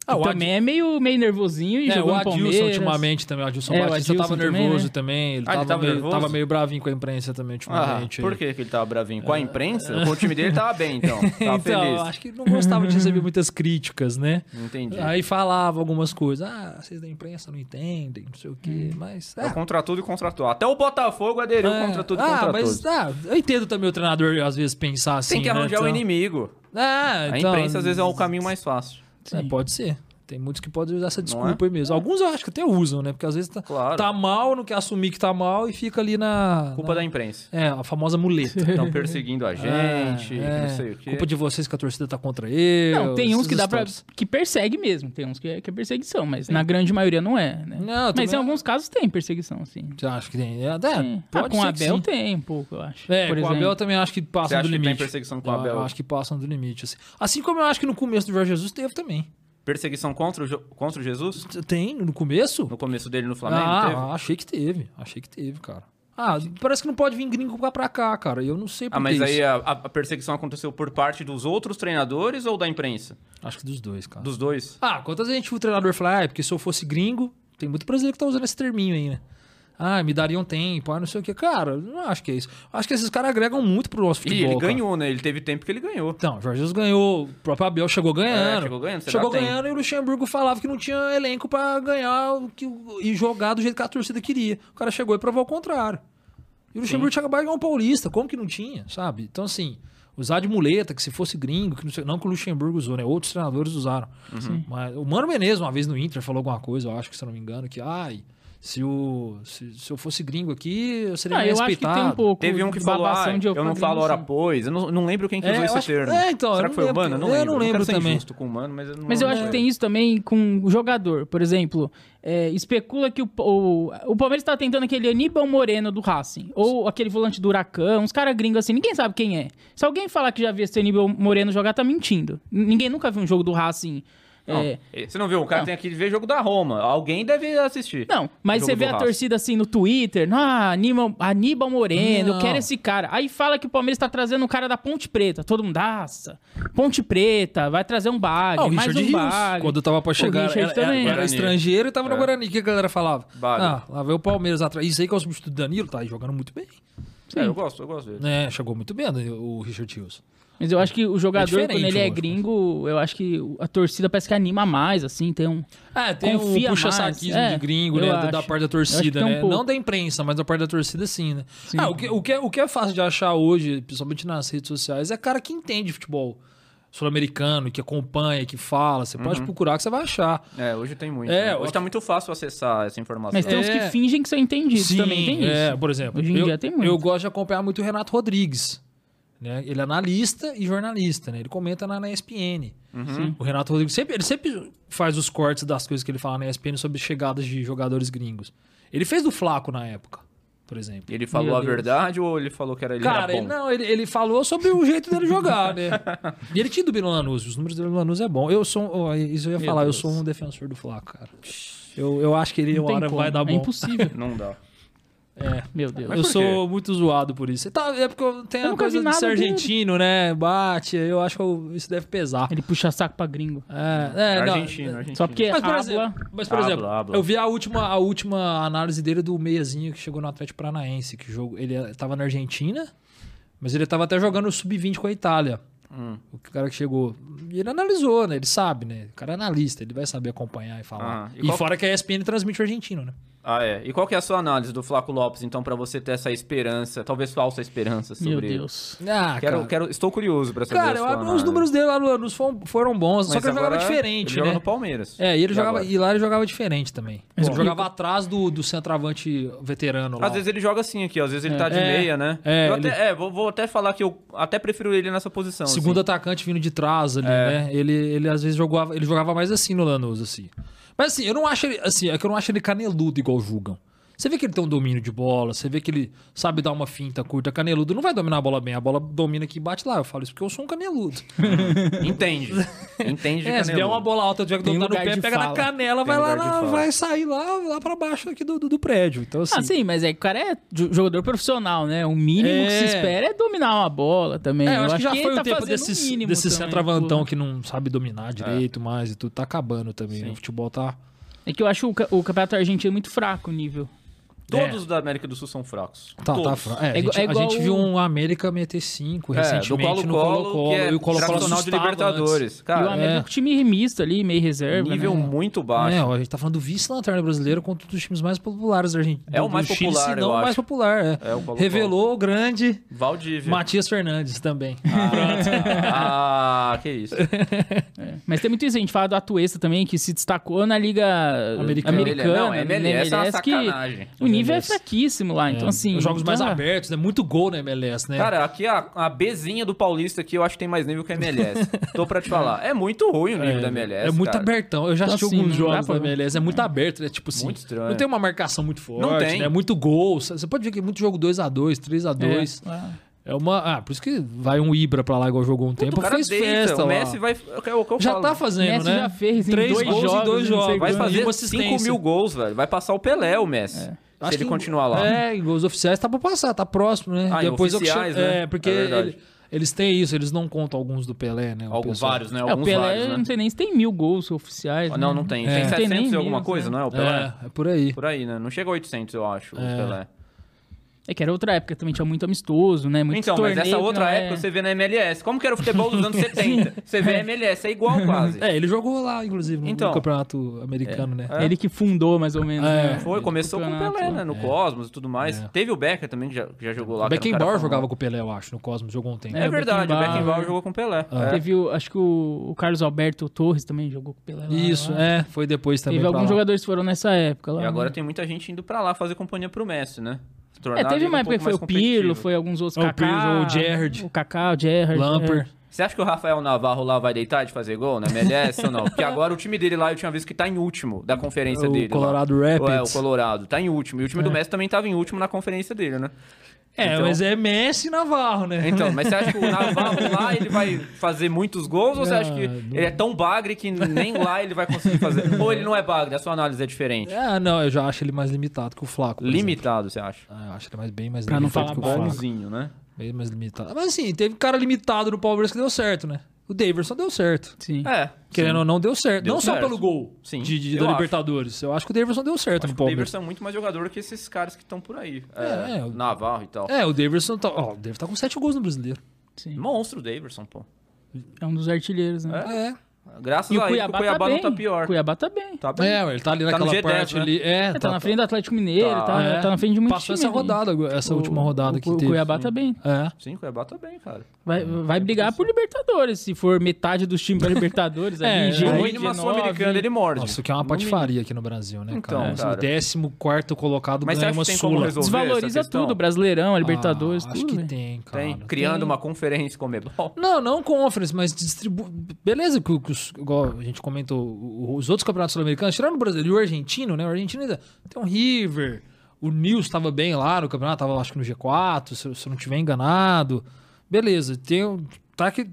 Ah, que o também é meio, meio nervosinho e É, jogou o no Adilson Palmeiras. ultimamente também. O Adilson É, o Batista Adilson tava também, nervoso né? Ah, também. Ele, ele tava, tava meio, nervoso? tava meio bravinho com a imprensa também Ah, ultimamente. né? por aí. que que ele tava bravinho? Com a imprensa? Com o time dele tava bem, então. Tava É. Então, feliz. acho que não gostava de receber muitas críticas, né? Entendi. Aí falava algumas coisas. Ah, vocês da imprensa não entendem, não sei o quê, mas. É ah, contra tudo e contra tudo. Até o Botafogo aderiu é, contra tudo e ah, contra mas tudo. ah, eu entendo também o treinador às vezes pensar assim. Tem que é né? arranjar o Então- inimigo. Ah, A então, imprensa, às vezes, é o caminho mais fácil. é, pode ser. Tem muitos que podem usar essa desculpa é? aí mesmo. Alguns eu acho que até usam, né? Porque às vezes tá, Claro. é tá mal, não quer assumir que tá mal e fica ali na. Culpa na- da imprensa. É, a famosa muleta. Estão perseguindo a gente, É, não sei o quê. Culpa de vocês que a torcida tá contra eu. Não, tem uns essas que dá pra. histórias. que persegue mesmo. Tem uns que é, que é perseguição, mas na grande maioria não é, né? Não, também- mas em alguns casos tem perseguição, sim. Você acha que tem? É, é, Sim. Ah, pode com o ser que Abel sim. tem um pouco, eu acho. É, por com o exemplo. Abel eu também acho que Você passam acha do que tem limite. perseguição com o Eu Abel? acho que passam do limite, assim. Assim como eu acho que no começo do Jorge Jesus teve também. Perseguição contra o, Jo- contra o Jesus? Tem, no começo? No começo dele no Flamengo? ah, teve? achei que teve. Achei que teve, cara. Ah, parece que não pode vir gringo pra- pra cá, cara. Eu não sei por Ah, mas que aí isso. a, a- a perseguição aconteceu por parte dos outros treinadores ou da imprensa? Acho que dos dois, cara. Dos dois? Ah, quantas vezes o treinador fala, ah, é porque se eu fosse gringo, tem muito brasileiro que tá usando esse terminho aí, né? Ah, me daria um tempo, ah, não sei o que. Cara, não acho que é isso. Acho que esses caras agregam muito pro nosso Ah, futebol. e ele cara. ganhou, né? Ele teve tempo que ele ganhou. Então, o Jorge Jesus ganhou, o próprio Abel chegou ganhando. É, chegou ganhando, será Chegou que tem? ganhando e o Luxemburgo falava que não tinha elenco pra ganhar o que, o- e jogar do jeito que a torcida queria. O cara chegou e provou o contrário. E o Luxemburgo tinha acabado de ganhar um paulista, como que não tinha, sabe? Então, assim, usar de muleta, que se fosse gringo, que não, sei- não que o Luxemburgo usou, né? Outros treinadores usaram. Uhum. Mas o Mano Menezes, uma vez no Inter, falou alguma coisa, eu acho que se eu não me engano, que, ai, se, o, se, se eu fosse gringo aqui, eu seria Ah, eu acho que tá respeitado. tem um pouco. Teve um que falou, ah, babação de eu não padrinho, falo hora sim. pois. Eu não, não lembro quem que É, usou eu esse acho- termo. é, então, Será que eu não foi o lembro. Bana? Não Eu lembro. não quero lembro ser também. injusto com o Mano, mas eu não é. Mas eu acho que lembro. tem isso também com o jogador. Por exemplo, é, especula que o, o, o Palmeiras tá tentando aquele Aníbal Moreno do Racing. Ou aquele volante do Huracan, uns caras gringos assim, ninguém sabe quem é. Se alguém falar que já viu esse Aníbal Moreno jogar, tá mentindo. Ninguém nunca viu um jogo do Racing. Não, é, Você não viu? O cara tem aqui ver jogo da Roma. Alguém deve assistir. Não, mas Jogo você do vê a Racing. torcida assim no Twitter, ah, Aníbal, Aníbal Moreno, Não. eu quero esse cara. Aí fala que o Palmeiras tá trazendo um cara da Ponte Preta, todo mundo, nossa, Ponte Preta, vai trazer um Ah, bagre, o mais Richard um Rios, bagre. quando eu tava pra chegar, Richard era, também. era- era Guarani. estrangeiro e tava É. no Guarani. O que a galera falava? Bagre. Ah, lá veio o Palmeiras atrás. Isso aí que é o substituto do Danilo, tá aí jogando muito bem. É, eu gosto, eu gosto dele. É, chegou muito bem né, o Richard Rios. Mas eu acho que o jogador, diferente quando ele é o- gringo, eu acho que a torcida parece que anima mais, assim, tem um. É, tem o Confia puxa-saquismo mais. de É, gringo, eu né? acho. Da parte da Eu acho que torcida, tem um né? pouco. Não da imprensa, mas da parte da torcida, sim, né? Ah, o, que, o, que é, o que é fácil de achar hoje, principalmente nas redes sociais, é cara que entende futebol sul-americano, que acompanha, que fala. Você pode procurar que você vai achar. É, hoje tem muito. É, né? Hoje hoje- tá muito fácil acessar essa informação. Mas tem um- uns É. que fingem que são entendidos Sim, também, tem é, isso. por exemplo. Hoje em eu, dia tem muito. Eu gosto de acompanhar muito o Renato Rodrigues. Né? Ele é analista e jornalista, né? Ele comenta na, na ESPN. Uhum. O Renato Rodrigues sempre, ele sempre faz os cortes das coisas que ele fala na ESPN sobre chegadas de jogadores gringos. Ele fez do Flaco na época, por exemplo. É. Ele falou Meu a Deus. verdade ou ele falou que era ele Cara, era ele, bom? não, ele, ele falou sobre o jeito dele jogar, né? E ele tinha do Bino Lanús, os números do Lanús é bom. Eu sou, um- ó, isso eu ia Meu falar, Deus. eu sou um defensor do Flaco, cara. Eu, eu acho que ele Não uma tem hora como, vai dar bom. É impossível. Não dá. É. Meu Deus. Mas eu por quê? sou muito zoado por isso. Tá, é porque eu tenho Eu a nunca coisa vi de nada ser dele. argentino, né? Bate, eu acho que eu- isso deve pesar. Ele puxa saco pra gringo. É, é, não, É, argentino, argentino. Só porque Mas por habla- exemplo, mas, por Habla, exemplo, habla. eu vi a última, a última análise dele do meiazinho que chegou no Atlético Paranaense, que jogo, ele é, tava na Argentina, mas ele tava até jogando o sub-20 com a Itália. Hum. O cara que chegou, e ele analisou, né? Ele sabe, né? O cara é analista, ele vai saber acompanhar e falar. Ah, e e qual- fora que a ESPN transmite o argentino, né? Ah, é. E qual que é a sua análise do Flaco Lopes, então, pra você ter essa esperança, talvez falsa esperança sobre Meu ele? Deus. Ah, Quero, quero, estou curioso pra saber Cara, a eu sua abro- os análise. números dele lá no Lanús foram, foram bons, só Mas que ele jogava agora diferente, ele joga né? no Palmeiras. É, e ele jogava, agora? e lá ele jogava diferente também. Mas Bom, o- jogava atrás do, do centroavante veterano lá. Às vezes ele joga assim aqui, ó. às vezes ele tá de É, meia, né? é, Eu ele- até- é, vou, vou até falar que eu até prefiro ele nessa posição. Segundo assim. atacante vindo de trás É. ali, né? Ele, ele às vezes jogava, ele jogava mais assim no Lanús, assim. Mas assim, eu não acho ele, assim, é que eu não acho ele caneludo igual julgam. Você vê que ele tem um domínio de bola, você vê que ele sabe dar uma finta curta, caneludo. Não vai dominar a bola bem, a bola domina aqui e bate lá. Eu falo isso porque eu sou um caneludo. Entende. Entende de É, se der caneludo. uma bola alta, tiver que Tem dominar no lugar pé, de pega na fala. canela, Tem vai lá, lugar de na- fala. vai sair lá, lá pra baixo aqui do, do, do prédio. Então, assim. Ah, sim, mas é que o cara é jo- jogador profissional, né? O mínimo que se É. espera é dominar uma bola também. É, eu acho que já ele foi tá o tempo fazendo desses, mínimo desses também, centroavantão pô. que não sabe dominar direito mais e tudo. Tá acabando também. né? O futebol tá. É que eu acho o, ca- o campeonato argentino é muito fraco o nível. Todos da América do Sul são fracos. É. Tá, tá Todos. fraco. É, a É gente- igual- é a gente, igual viu o- um América meter 5 É, do recentemente no Colo-Colo, Colo-Colo. que é e o Colo-Colo tradicional de assustava Libertadores. e o Cara, América é. com time misto ali, meio reserva. nível né? muito antes. baixo. É, ó, a gente tá falando do vice-lanterna brasileiro contra um dos times mais populares da Argentina. É o do mais Chile, popular, se eu não o mais acho. popular. É, É, o Colo-Colo. Revelou o grande Valdívia. Matias Fernandes também. Ah, ah, que isso. Mas tem muito isso, a gente fala do Atuesta também, que se destacou na Liga Americana. Americana. Não, né? MLS é uma MLS, que sacanagem. O nível é MLS. fraquíssimo lá, É. então assim... Os jogos mais tá- abertos, né? Muito gol na MLS, né? Cara, aqui a, a Bzinha do Paulista aqui eu acho que tem mais nível que a MLS. Tô pra te falar. É muito ruim o nível da MLS. É muito cara. abertão. Eu já Então, assisti assim, alguns não dá jogos pra da ver. MLS. É muito aberto, né? Tipo assim. Muito estranho. é. Não tem uma marcação muito forte. Não tem. Né? É muito gol. Você pode ver que é muito jogo 2x2, 3x2. É. Ah. É. uma. Ah, por isso que vai um Ibra pra lá igual jogou um tempo. O cara fez deita, festa. o lá. Messi vai. É o que eu Já falo. tá fazendo, Messi né? já fez em Três dois gols jogos, né? em dois não sei jogos. Vai quantos. E fazer uma 5 assistência. mil gols, velho. Vai passar o Pelé, o É. Messi. Se ele que- continuar lá. É, em gols oficiais tá pra passar, tá próximo, né? Ah, em oficiais, ofici- né? É, porque É verdade. ele- eles têm isso, eles não contam alguns do Pelé, né? o Alguns, pessoal. vários, né? É, o Alguns Pelé, vários, né? eu não sei nem se tem mil gols oficiais. Não, né? não tem. É. Tem Não tem 700 nem e alguma mil, coisa, né? não é? O Pelé. É, é por aí. Por aí, né? Não chega a 800, eu acho, o Pelé. É que era outra época também, tinha muito amistoso, né? Muito Então, torneio, mas essa outra não é- época você vê na MLS. Como que era o futebol dos anos 70? Você vê a MLS, é igual quase. É, ele jogou lá, inclusive, no Então. é, campeonato americano, né? Ele que fundou, mais ou menos. É. né? Foi, começou com o campeonato, é. Pelé, né? No Cosmos e tudo mais. É. Teve o Becker também, que já, que já jogou lá. O que era um cara Beckenbauer famoso. jogava com o Pelé, eu acho, no Cosmos, jogou um tempo. É, É, o verdade, o Beckenbauer. Beckenbauer jogou com o Pelé. É. Teve, o- acho que o, o Carlos Alberto Torres também jogou com o Pelé lá. Isso, lá. é, foi depois também. Teve pra alguns lá. jogadores que foram nessa época E lá. né? agora tem muita gente indo pra lá fazer companhia pro Messi, né? É, Tornar a teve liga uma um época pouco que foi mais o Pirlo, competitiva. foi alguns outros. É, o Pirlo, Kaká, o Gerrard. O Kaká, o é. é. Gerrard. Lamper. Você acha que o Rafael Navarro lá vai deitar de fazer gol na MLS ou não? Porque agora o time dele lá, eu tinha visto que tá em último da conferência O dele. lá. Colorado É, o Rapids. Colorado. Tá em último. E o time do Messi também tava em último na conferência dele, né? É, Então- mas é Messi e Navarro, né? Então, mas você acha que o Navarro lá ele vai fazer muitos gols ou você acha que Ah, não. ele é tão bagre que nem lá ele vai conseguir fazer? ou ele não é bagre, a sua análise é diferente. Ah, não, eu já acho ele mais limitado que o Flaco. por Limitado, você acha? exemplo. Ah, eu acho ele mais, bem mais Pra não limitado falar que o mal. Flaco. Bonzinho, né? Bem mais limitado. Mas assim, teve cara limitado no Palmeiras que deu certo, né? O Davidson deu certo. Sim. É. Querendo ou não, deu certo. Deu não certo. só pelo gol Sim, de, de- eu da acho. Libertadores. Eu acho que o Davidson deu certo no O Palmeiras. Davidson é muito mais jogador que esses caras que estão por aí. É, É, é. Navarro e tal. É, o Davidson tá. Ó, o Davidson tá com sete gols no brasileiro. Sim. Monstro Davidson, pô. É um dos artilheiros, né? É. Graças E o a ele, que Cuiabá, o Cuiabá tá bem. não tá pior. Cuiabá tá bem. Tá bem. É, ué, ele tá ali Tá no naquela G10, parte né? ali. É, É, tá na frente do Atlético Mineiro, Tá, tá, tá, é. na frente de muito time Passou essa aí. rodada, agora, essa O- última rodada o, que o teve. Cuiabá tá bem. É. Sim, o Cuiabá tá bem, cara. Vai, vai brigar por Libertadores, se for metade dos times pra Libertadores. É, ali, no No G8, mínimo, a 19. Sul-Americana ele morde. Nossa, o que é uma No mínimo. patifaria aqui no Brasil, né, Então, cara? cara. O décimo quarto colocado Mas você ganha acha uma que tem como sula. resolver? essa Desvaloriza questão? tudo, Brasileirão, a Ah, Libertadores, acho tudo. que velho. tem, cara. Tem, criando Tem. uma conferência com o Mebol. Não, não conference, mas distribui. Beleza, que, o- que os, igual a gente comentou, o- os outros campeonatos sul-americanos, tirando o brasileiro e o argentino, né? O argentino ainda tem um River. O Nils tava bem lá no campeonato, tava acho que no G4, se, eu- se eu não tiver enganado. Beleza, tem, um- tá que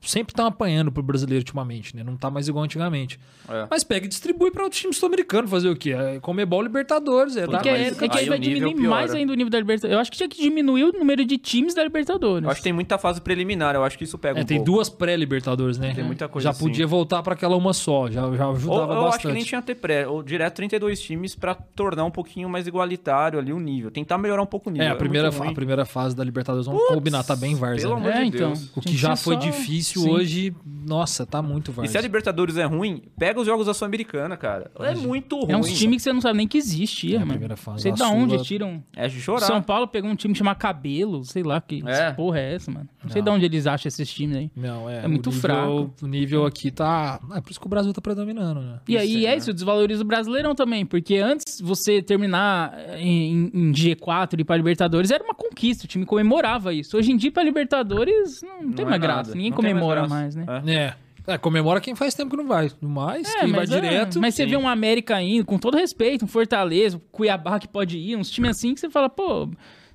sempre tá apanhando pro brasileiro ultimamente, né? Não tá mais igual antigamente. É. Mas pega e distribui para outros times sul-americanos fazer o quê? É Comebol Libertadores, é Porque Ah, é, mas é que aí aí vai o nível diminuir piora. mais ainda o nível da Libertadores. Eu acho que tinha que diminuir o número de times da Libertadores. Eu acho que tem muita fase preliminar, eu acho que isso pega É, um tem pouco. duas pré-Libertadores, né? Tem muita coisa Já assim. podia voltar para aquela uma só, já, já Ou ajudava eu acho que bastante. nem tinha que ter pré, ou direto 32 times pra tornar um pouquinho mais igualitário ali o nível. Tentar melhorar um pouco o nível. É, a primeira, muito fa- a ruim. primeira fase da Libertadores, vamos combinar, tá bem Varza. pelo né? amor é, de então. Deus. O que Tinha já ser foi só- difícil Sim. hoje, nossa, tá muito E se a Varza. Libertadores é ruim, pega os jogos da Sul-Americana, cara. É muito ruim. É uns times que você não sabe nem que existia, É, a mano. primeira fase, sei a da onde Sula- eles tiram. É de chorar. São Paulo pegou um time chamado Cabelo, sei lá que É. porra é essa, mano. Não sei de onde eles acham esses times aí. Não, é, É muito o nível, fraco. O nível aqui tá. É por isso que o Brasil tá predominando, né? E aí Isso, é né? isso, desvaloriza o Brasileirão também, porque antes você terminar em, em G4 e ir pra Libertadores era uma conquista, o time comemorava isso. Hoje em dia pra Libertadores não, Não é tem mais nada. graça, ninguém Não tem comemora graça. mais, né? É. É. É, comemora quem faz tempo que não vai. No mais, É, quem vai mas, é, direto. mas você vê um América indo, com todo respeito, um Fortaleza, um Cuiabá que pode ir, uns times assim que você fala, pô,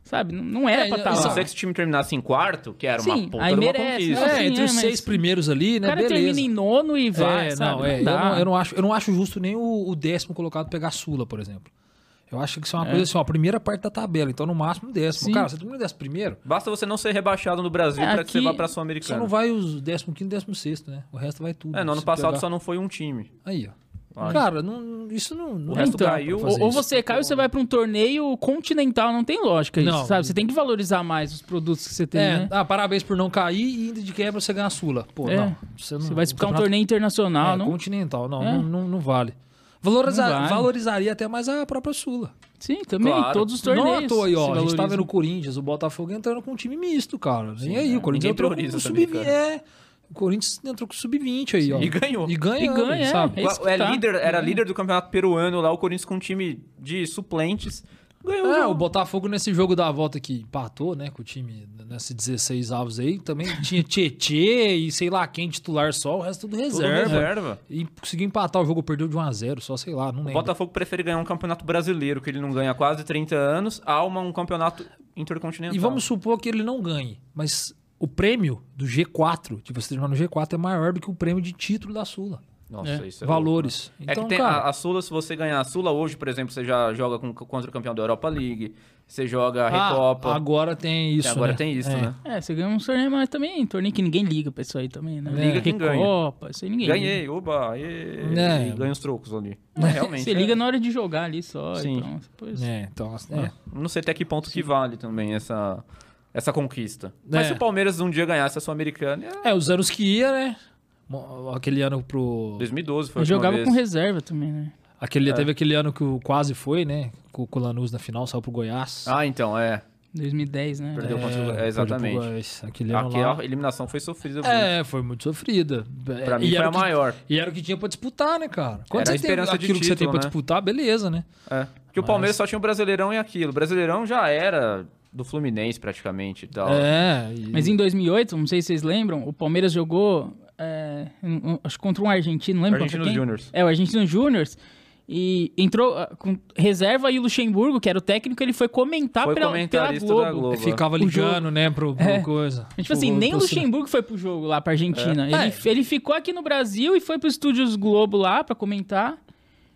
sabe, não- não era É, pra e- estar e Se Tá lá. só você que esse time terminasse em quarto, que era Sim, uma puta aí de uma merece, conquista. né? É, assim, entre é, os mas- seis primeiros ali, O né? cara Beleza. termina em nono e vai, é, sabe? não, é, Não dá. Eu, não, eu não acho, eu não acho justo nem o, o décimo colocado pegar a Sula, por exemplo. Eu acho que isso é uma coisa assim, ó, a primeira parte da tabela, então no máximo um décimo. Sim. Cara, você termina o décimo primeiro, Basta você não ser rebaixado no Brasil É, pra que você aqui- vá pra só Sul-Americana. não vai os décimo quinto e décimo sexto, né? O resto vai tudo. É, no ano Se passado pegar- só não foi um time. Aí, ó. Olha. Cara, não- isso não. não O resto dá pra caiu, fazer Então, Ou, ou isso. tá você cai ou você vai pra um torneio continental, não tem lógica isso, Não. sabe? Você tem que valorizar mais os produtos que você tem, É, né? ah, parabéns por não cair e ainda de quebra você ganha a Sula. Pô, É. não. Você não. Você vai disputar um campeonato- torneio internacional, é, não? continental, não, É. não, não, não vale. Valoriza- Não vale. Valorizaria até mais a própria Sula. Sim, também, Claro. todos os Não torneios. à toa aí, se ó. A gente tá valorizam. é. vendo o Corinthians, o Botafogo entrando com um time misto, cara. Nem aí, o Ninguém Corinthians entrou com prioriza um também, sub-20. cara. É. O Corinthians entrou com sub-20 aí, ó. E ganhou. E ganha, E ganha, é. sabe? É isso que é tá. líder, era líder do campeonato peruano lá, o Corinthians com um time de suplentes. Ganhou. um É, jogo. o Botafogo nesse jogo da volta que empatou, né, com o time nesse 16 avos aí, também tinha Tietê e sei lá quem titular só, o resto tudo Tudo reserva. reserva. E conseguiu empatar o jogo, perdeu de 1 a 0 só sei lá, não O lembro. Botafogo prefere ganhar um campeonato brasileiro, que ele não ganha há quase 30 anos, a uma um campeonato intercontinental. E vamos supor que ele não ganhe, mas o prêmio do G4, de você terminar no G4, é maior do que o prêmio de título da Sula. Nossa, isso é valores. louco. É Então, que tem cara, a, a Sula, se você ganhar a Sula hoje, por exemplo, você já joga com- contra o campeão da Europa League, você joga a ah, Recopa. agora tem isso, até agora né? tem isso, É. né? É, você ganha uns torneios, mas também torneio que ninguém liga pra isso aí também, né? Liga quem ganha. Recopa, isso aí ninguém liga. Ganhei, oba, aê, É. e ganha os trocos ali. É, realmente. Você é. liga na hora de jogar ali só. Sim. Então, pois- É, então, assim, é. Não sei até que ponto que vale também essa, essa conquista. É. Mas se o Palmeiras um dia ganhasse a Sul-Americana, é- É, os anos que ia, né? Mo- Aquele ano pro. 2012 foi a Eu última jogava vez. com reserva também, né? É. Aquele, Teve aquele ano que o quase foi, né? Com, com o Lanús na final, saiu pro Goiás. Ah, então, é. 2010, né? Perdeu É, contra o... foi é, pro exatamente. Goiás. Aquele ano Aqui lá. a eliminação foi sofrida. viu? É, foi muito sofrida. Pra É, mim e foi era a o que- maior. E era o que tinha pra disputar, né, cara? Quando Era a você tem esperança de aquilo que você tem título, pra né? disputar, beleza, né? É. Porque o Palmeiras só tinha o Brasileirão e aquilo. O Brasileirão já era do Fluminense praticamente e tal. É. e- Mas em 2008, não sei se vocês lembram, o Palmeiras jogou, é, um- um- acho que contra um argentino, não lembro contra Argentinos quem? Juniors. É, o Argentino Júnior. E entrou ah, com reserva e o Luxemburgo, que era o técnico, ele foi comentar Foi pela, pela comentarista Globo. da Globo. Ficava O jogo- ligando, né, pro, pro É. coisa. Tipo assim, Pro- nem o pro sinal. Luxemburgo foi pro jogo lá pra Argentina. É. Ele, ele ficou aqui no Brasil e foi pro Estúdios Globo lá pra comentar.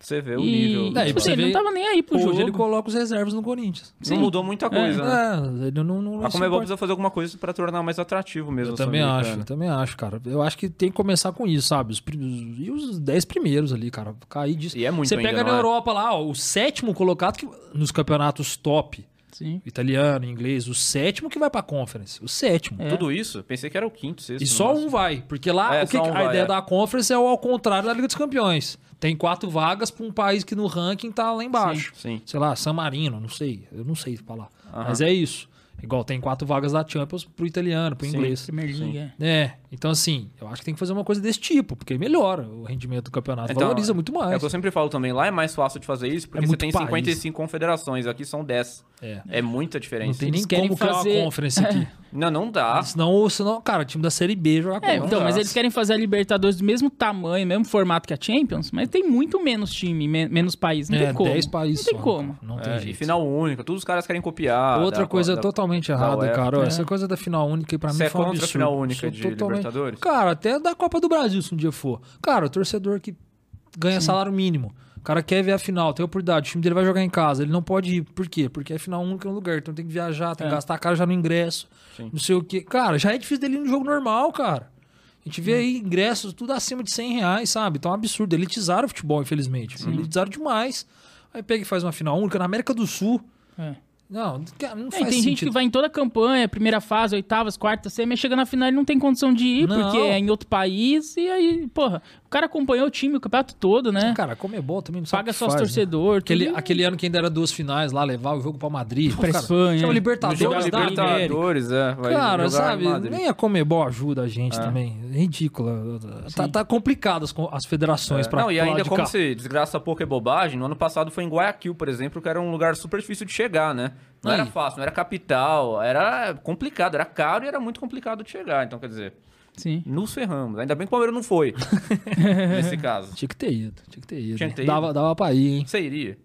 Você vê o e, nível. É, e tipo pra assim, você ele ver, não tava nem aí pro Hoje jogo. ele coloca os reservas no Corinthians. Não mudou muita coisa, né? É, ele não, não A se Comebol importa. precisa fazer alguma coisa pra tornar mais atrativo mesmo. Eu a também acho, eu Sul-Americana. também acho, cara. Eu acho que tem que começar com isso, sabe? Os, prim- os- e os 10 primeiros ali, cara. Cair disso. E é muito Você ainda, pega na não é? Europa lá, ó, o sétimo colocado que, nos campeonatos top Sim. italiano, inglês, o sétimo que vai pra conference. O sétimo. É. Tudo isso? Pensei que era o quinto, sexto. E só no um vai, porque lá É, o que, só que- um a vai, ideia é. da conference é o ao contrário da Liga dos Campeões. Tem quatro vagas pra um país que no ranking tá lá embaixo. máximo. Sim. Sei lá, San Marino, não sei, eu não sei falar. Aham. Mas é isso. Igual tem quatro vagas da Champions pro italiano, pro Sim. inglês. Premier League, Sim. é. É, então assim, eu acho que tem que fazer uma coisa desse tipo, porque melhora o rendimento do campeonato, Então, valoriza muito É o mais. que eu sempre falo também, lá é mais fácil de fazer isso porque você muito tem país. 55 confederações, aqui são 10. É. É, muita Não diferença. tem nem Eles querem como criar fazer- uma conference aqui. Ah, Não, não dá. Senão, senão, cara, o time da Série B joga É, com então, mas dá. eles querem fazer a Libertadores do mesmo tamanho, mesmo formato que a Champions, mas tem muito menos time, men- menos país. Não é, tem como. 10 países Não tem só, como. cara, Não tem É, e jeito. final única, todos os caras querem copiar. Outra da- coisa da- totalmente errada, UEFA. né? cara. ó, Essa coisa da final única, pra Você mim, é foi um contra a absurdo. final única Sou de Libertadores? Cara, até da Copa do Brasil, se um dia for. Cara, o torcedor que ganha salário mínimo. O cara quer ver a final, tem oportunidade. O time dele vai jogar em casa. Ele não pode ir. Por quê? Porque é final única em um lugar. Então tem que viajar, É. tem que gastar caro já no ingresso. Sim. Não sei o quê. Cara, já é difícil dele ir no jogo normal, cara. A gente vê aí ingressos tudo acima de 100 reais, sabe? Então é um absurdo. Elitizaram o futebol, infelizmente. Elitizaram demais. Aí pega e faz uma final única na América do Sul. É. Não, cara, não É, faz e tem gente que sentido. vai em toda a campanha, primeira fase, oitavas, quarta, semi, chega na final e não tem condição de ir, Não. porque é em outro país, e aí, porra, o cara acompanhou o time, o campeonato todo, né? Cara, como é bom também, não sabe Paga o que só os faz, né? torcedores. Aquele, tudo. aquele ano que ainda era duas finais lá, levar o jogo pra Madrid. Pra cara, Espanha, é. Chama No jogo Libertadores da da América. Libertadores, é. vai Cara, jogar sabe, em Madrid. nem a Comebol ajuda a gente também. É Ridícula. Tá, tá complicado as, co- as federações pra É. Não, e pro lado ainda de como cá. se desgraça pouco é bobagem, no ano passado foi em Guayaquil, por exemplo, que era um lugar super difícil de chegar, né? Não Aí. era fácil, não era capital, era complicado, era caro e era muito complicado de chegar. Então, quer dizer, Sim. nos ferramos. Ainda bem que o Palmeiras não foi, nesse caso. Tinha que ter ido, tinha que ter ido. Tinha que ter dava, dava pra ir, hein? Você iria?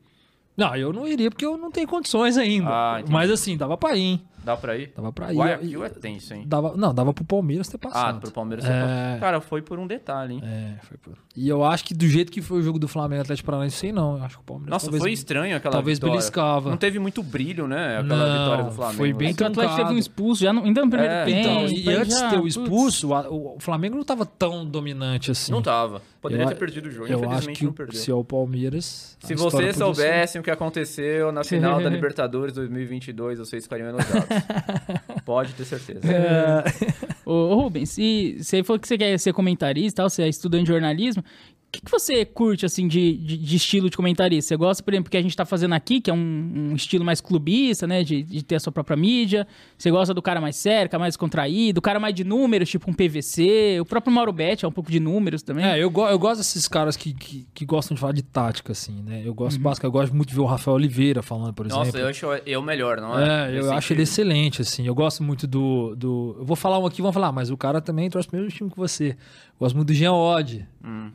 Não, eu não iria porque eu não tenho condições ainda. Ah, entendi. Mas assim, dava pra ir, hein? Dá pra ir? Dava pra ir. Guayaquil é tenso, hein? Dava, não, dava pro Palmeiras ter passado. Ah, pro Palmeiras. É. você fala. Cara, foi por um detalhe, hein? É, foi por... E eu acho que do jeito que foi o jogo do Flamengo e Atlético Paranaense, sei não. Eu acho que o Palmeiras Nossa, talvez- foi estranho aquela talvez vitória. beliscava. Não teve muito brilho, né? Aquela Não, vitória do Flamengo. foi bem É que o Atlético truncado. teve um expulso, já no, ainda no primeiro É, tempo. Então, e aí antes já, de ter o putz. expulso, a- o o Flamengo não tava tão dominante assim. Não tava. Poderia Eu a- ter perdido o jogo, Eu acho infelizmente que não o- perdeu. se é o Palmeiras. a Se vocês história podia ser- soubessem o que aconteceu na final da Libertadores 2022, vocês ficariam enojados. Pode ter certeza. É, Ô, ô, Rubens, se você falou que você quer ser comentarista, e tal, você é estudante de jornalismo, o que, que você curte, assim, de, de, de estilo de comentarista? Você gosta, por exemplo, do que a gente tá fazendo aqui, que é um, um estilo mais clubista, né, de, de ter a sua própria mídia? Você gosta do cara mais sério, cara mais contraído, o cara mais de números, tipo um PVC? O próprio Mauro Betti é um pouco de números também. É, eu, go- eu gosto desses caras que, que, que gostam de falar de tática, assim, né? Eu gosto básico, eu gosto muito de ver o Rafael Oliveira falando, por exemplo. Uhum. Nossa, eu acho eu melhor, não é? É, eu acho ele excelente, assim. Eu gosto muito do. do... Eu vou falar um aqui, vão falar, "Ah, mas o cara também trouxe o mesmo time que você. Eu gosto muito do Jean Odd.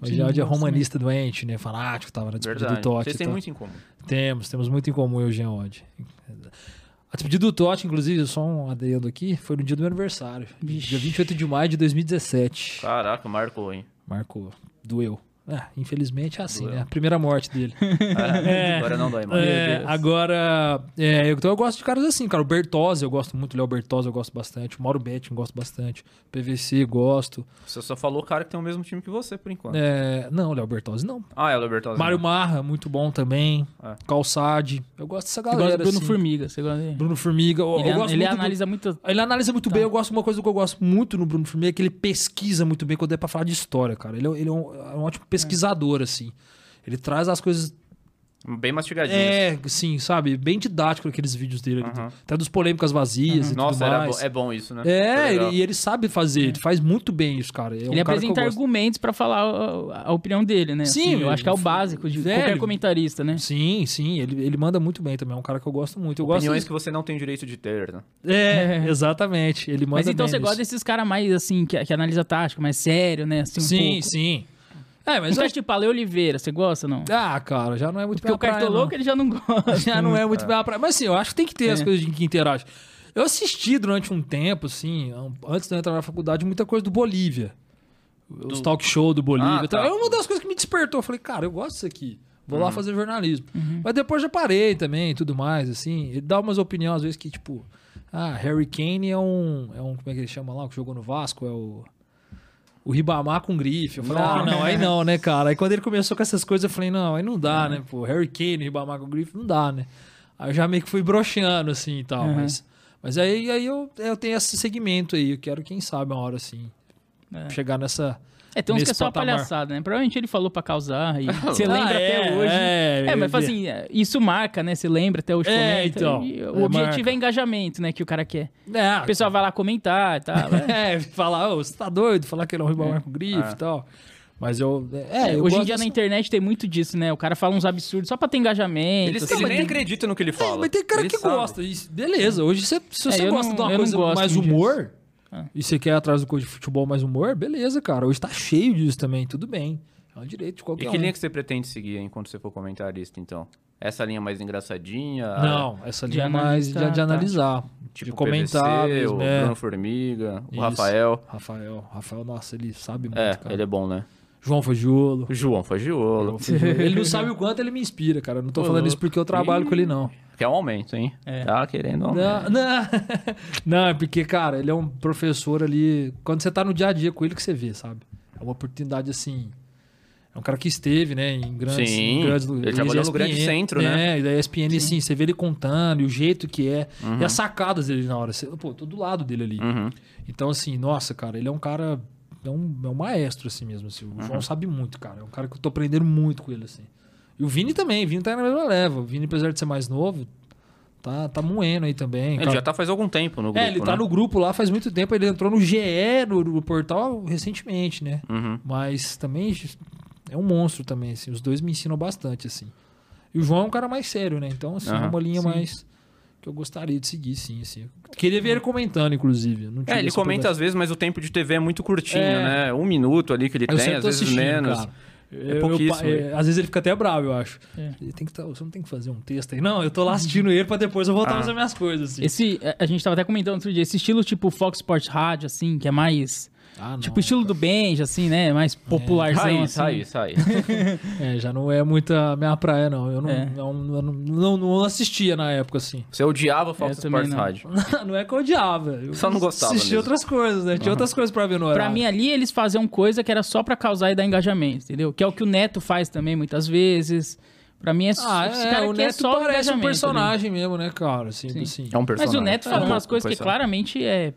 o Jean Odd é romanista doente, né? Fanático, tava na disputa Hum, Verdade. do Totti. tá? Vocês e têm tal. muito em comum. Temos, temos muito em comum eu e o Jean Odd. A pedido do Totti, inclusive, só um adendo aqui, foi no dia do meu aniversário. Dia 28 de maio de 2017. Caraca, marcou, hein? Marcou. Doeu. Ah, infelizmente é assim, né? A primeira morte dele. É, Agora não dói mais. É, agora, é, eu- então eu gosto de caras assim, cara. O Bertozzi eu gosto muito, o Léo Bertozzi eu gosto bastante, o Mauro Betting eu gosto bastante, o PVC eu gosto. Você só falou o cara que tem o mesmo time que você, por enquanto. É, não, o Léo Bertozzi não. Ah, é o Bertozzi. Mário Marra, muito bom também. É. Calçade, eu gosto dessa Você galera. gosta do Bruno assim. Formiga, você gosta dele? Bruno Formiga, eu, Ele, eu an- gosto ele muito É do- analisa Tá. muito... Ele analisa muito bem. Eu gosto de uma coisa que eu gosto muito no Bruno Firmino, é que ele pesquisa muito bem quando é pra falar de história, cara. Ele é, ele é um, é um ótimo pesquisador, assim. Ele traz as coisas. Bem mastigadinho. É, sim, sabe? Bem didático aqueles vídeos dele. Aham. Até dos polêmicas vazias Uhum. e Nossa, tudo era mais. bo- é bom isso, né? Foi É, legal. ele- e ele sabe fazer. Ele faz muito bem isso, cara. É um É. ele cara que eu apresenta gosto. argumentos pra falar a, a- a opinião dele, né? Sim, eu acho que é o velho, básico de qualquer velho. comentarista, né? Sim, sim, ele, ele manda muito bem também. É um cara que eu gosto muito. Eu gosto Opiniões que você não tem direito de ter, né? É, exatamente. Ele manda Mas então bem você gosta nisso. desses caras mais, assim, que, que analisa tática, mais sério, né? Assim, um Sim, pouco. sim. É, mas. Mas eu- eu... tipo, Ale Oliveira, você gosta ou não? Ah, cara, já não é muito Porque o minha praia, não. Cartoloco ele já não gosta. já não é muito bem a praia. Mas assim, eu acho que tem que ter as É. coisas de que interagem. Eu assisti durante um tempo, assim, an- antes de eu entrar na faculdade, muita coisa do Bolívia. Os talk show do Bolívia. Ah, e tal. tá. Uhum. É uma das coisas que me despertou. Eu falei, cara, eu gosto disso aqui. Vou lá fazer jornalismo. Mas depois já parei também e tudo mais, assim. Ele dá umas opiniões, às vezes, que, tipo, ah, Harry Kane é um. É um como é que ele chama lá? O que jogou no Vasco? É o. O Ribamar com grife. Eu falei, ah, não, aí não, né, cara? Aí quando ele começou com essas coisas, eu falei, não, aí não dá, né? Pô, Harry Kane, Ribamar com grife, não dá, né? Aí eu já meio que fui broxando, assim e tal. Uhum. Mas, mas aí, aí eu, eu tenho esse segmento aí. Eu quero, quem sabe, uma hora assim. É. Chegar nessa. É, tem uns que é nesse só uma patamar. palhaçada, né? Provavelmente ele falou pra causar e você Ah, lembra até é, hoje. é, É, mas fala é. assim, é, isso marca, né? Você lembra até hoje. É, comenta, então. e É, o objetivo marca. é engajamento, né? Que o cara quer. É, O pessoal vai lá comentar e tal. né? É, falar, ô, você tá doido? Falar que ele é um rival Marco Grife e tal. Mas eu. É, hoje eu em gosto dia na dessa- internet tem muito disso, né? O cara fala uns absurdos só pra ter engajamento. Eles, assim. eles nem acreditam no que ele fala. É, Mas tem cara Ele que sabe. gosta. isso- beleza, hoje você, se É, você eu gosta não- de uma eu não coisa gosto É. mais disso. humor e você quer ir atrás do coisa de futebol mais humor, beleza, cara. Hoje tá cheio disso também, tudo bem. É um direito de qualquer E um. que linha que você pretende seguir enquanto você for comentarista, então? Essa linha mais engraçadinha? a- Não, essa De linha é mais de, analisar, de tá. analisar. Tipo de comentar PVC, mesmo, o é. Bruno Formiga, o Isso. Rafael. Rafael, Rafael, nossa, ele sabe muito, É, cara. ele é bom, né? João Fagiolo. O João Fagiolo. ele não sabe o quanto ele me inspira, cara. Eu Não tô Ô, falando isso louco. porque eu trabalho com ele, não. Quer um aumento, hein? É. Tá querendo um aumento. Não, não. não, é porque, cara, ele é um professor ali. Quando você tá no dia a dia com ele que você vê, sabe? É uma oportunidade assim. É um cara que esteve, né, em grandes, Sim, em grandes ele lugares. trabalhou no grande centro, né? É, e da ESPN, assim, você vê ele contando, e o jeito que é, e as sacadas dele na hora. Você, pô, tô do lado dele ali. Uhum. Então, assim, nossa, cara, ele é um cara. É um, é um maestro, assim mesmo. assim. O Uhum. João sabe muito, cara. É um cara que eu tô aprendendo muito com ele, assim. E o Vini também, o Vini tá na mesma leva. O Vini, apesar de ser mais novo, tá, tá moendo aí também. Ele cara. já tá faz algum tempo no grupo, É, ele tá né? no grupo lá faz muito tempo. Ele entrou no GE, no, no portal, recentemente, né? Uhum. Mas também é um monstro também, assim. Os dois me ensinam bastante, assim. E o João é um cara mais sério, né? Então, assim, é Aham. uma linha Sim. mais que eu gostaria de seguir, sim, assim. Queria ver ele comentando, inclusive. Não tive É, ele essa comenta às vezes, mas o tempo de TV é muito curtinho, É. né? Um minuto ali que ele Eu tem, sempre às tô vezes assistindo, menos. cara. Eu- É eu- pouquíssimo. é, às vezes ele fica até bravo, eu acho. É. Ele tem que tá- você não tem que fazer um texto aí. Não, eu tô lá assistindo ele pra depois eu Ah. voltar a fazer minhas coisas, assim. Esse, a- a gente tava até comentando outro dia, esse estilo tipo Fox Sports Rádio, assim, que é mais. Ah, não, Tipo, estilo do Benji, assim, né? Mais popularzão, Raiz, um assim. raiz, raiz. É, já não é muita minha praia, não. Eu não, É. não, não, não- não assistia na época, assim. Você odiava Fox Eu também Sports não. Rádio. não é que eu odiava. Eu Só não gostava Assistia mesmo. outras coisas, né? Tinha outras coisas pra ver tá no horário. Pra mim, ali, eles faziam coisa que era só pra causar e dar engajamento, entendeu? Que é o que o Neto faz também, muitas vezes. Pra mim, é, ah, esse é, cara o aqui é Neto só parece um engajamento, personagem mesmo, né, cara? Assim, Sim. assim. É um né? Mas personagem. o Neto É fala um umas pouco coisas que personagem. claramente é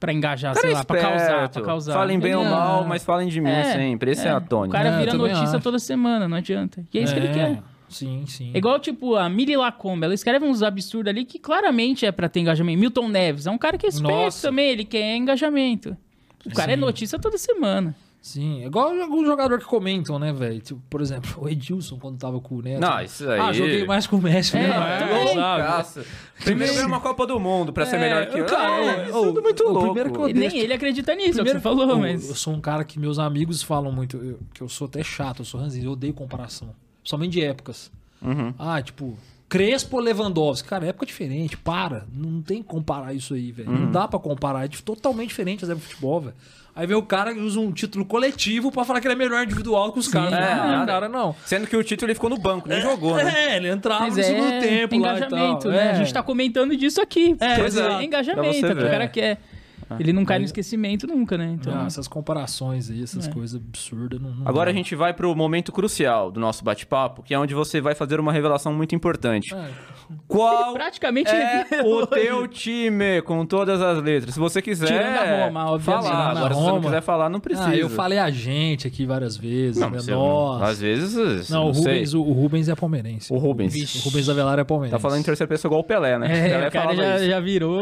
pra engajar, Cara sei é lá, pra causar, pra esperto. causar. Falem bem ou Ele é- mal, mas falem de mim É, sempre. Esse é, a Tony. O cara É, vira também notícia acho. toda semana, não adianta. E é isso que ele quer. Sim, sim. É igual, tipo, a Mili Lacombe. Ela escreve uns absurdos ali que claramente é pra ter engajamento. Milton Neves é um cara que é esperto Nossa. também, ele quer engajamento. O cara é Sim. notícia toda semana. Sim, é igual alguns jogadores que comentam, né, velho? Tipo, por exemplo, o Edilson quando tava com o Neto. Não, isso aí. Ah, joguei mais com o Messi, É, né? é Sabe? Loucaça. tá Primeiro ganhou uma Copa do Mundo pra ser melhor que eu. cara, Ah, é, isso é o- muito o louco. primeiro que eu- E Deus, nem ele acredita nisso, é o que Primeiro você falou, eu, mas. eu sou um cara que meus amigos falam muito, eu- que eu sou até chato, eu sou ranzinho, eu odeio comparação. Somente de épocas. Uhum. Ah, tipo, Crespo Lewandowski. Cara, é época diferente, para. Não tem que comparar isso aí, velho. Uhum. Não dá pra comparar, é totalmente diferente as épocas de futebol, velho. Aí vem o cara que usa um título coletivo pra falar que ele é melhor individual que os caras. é, não, nada. cara, não. Sendo que o título ele ficou no banco, nem jogou, né? É, ele entrava Mas no segundo é tempo lá e tal. engajamento, né? É. A gente tá comentando disso aqui. É, Quer dizer, exato. Pra engajamento, você é o que o ver. cara quer. Ele não cai no esquecimento nunca, né? Então, Ah, essas comparações aí, É. essas coisas absurdas. Não, não Agora a dá. gente vai pro momento crucial do nosso bate-papo, que é onde você vai fazer uma revelação muito importante. É. Qual praticamente é revelou o teu time com todas as letras? Se você quiser Tirando a Roma, obviamente. falar. Tirando a Agora, se você não Roma. quiser falar, não precisa. Ah, eu falei a gente aqui várias vezes. Não, né? mas eu- às Nossa. vezes. Não, o sei. Rubens, o, o Rubens é palmeirense. O Rubens. O Rubens Avelar é palmeirense. É, Tá falando em terceira pessoa igual o Pelé, né? o Pelé O É, cara falava já, isso. já virou.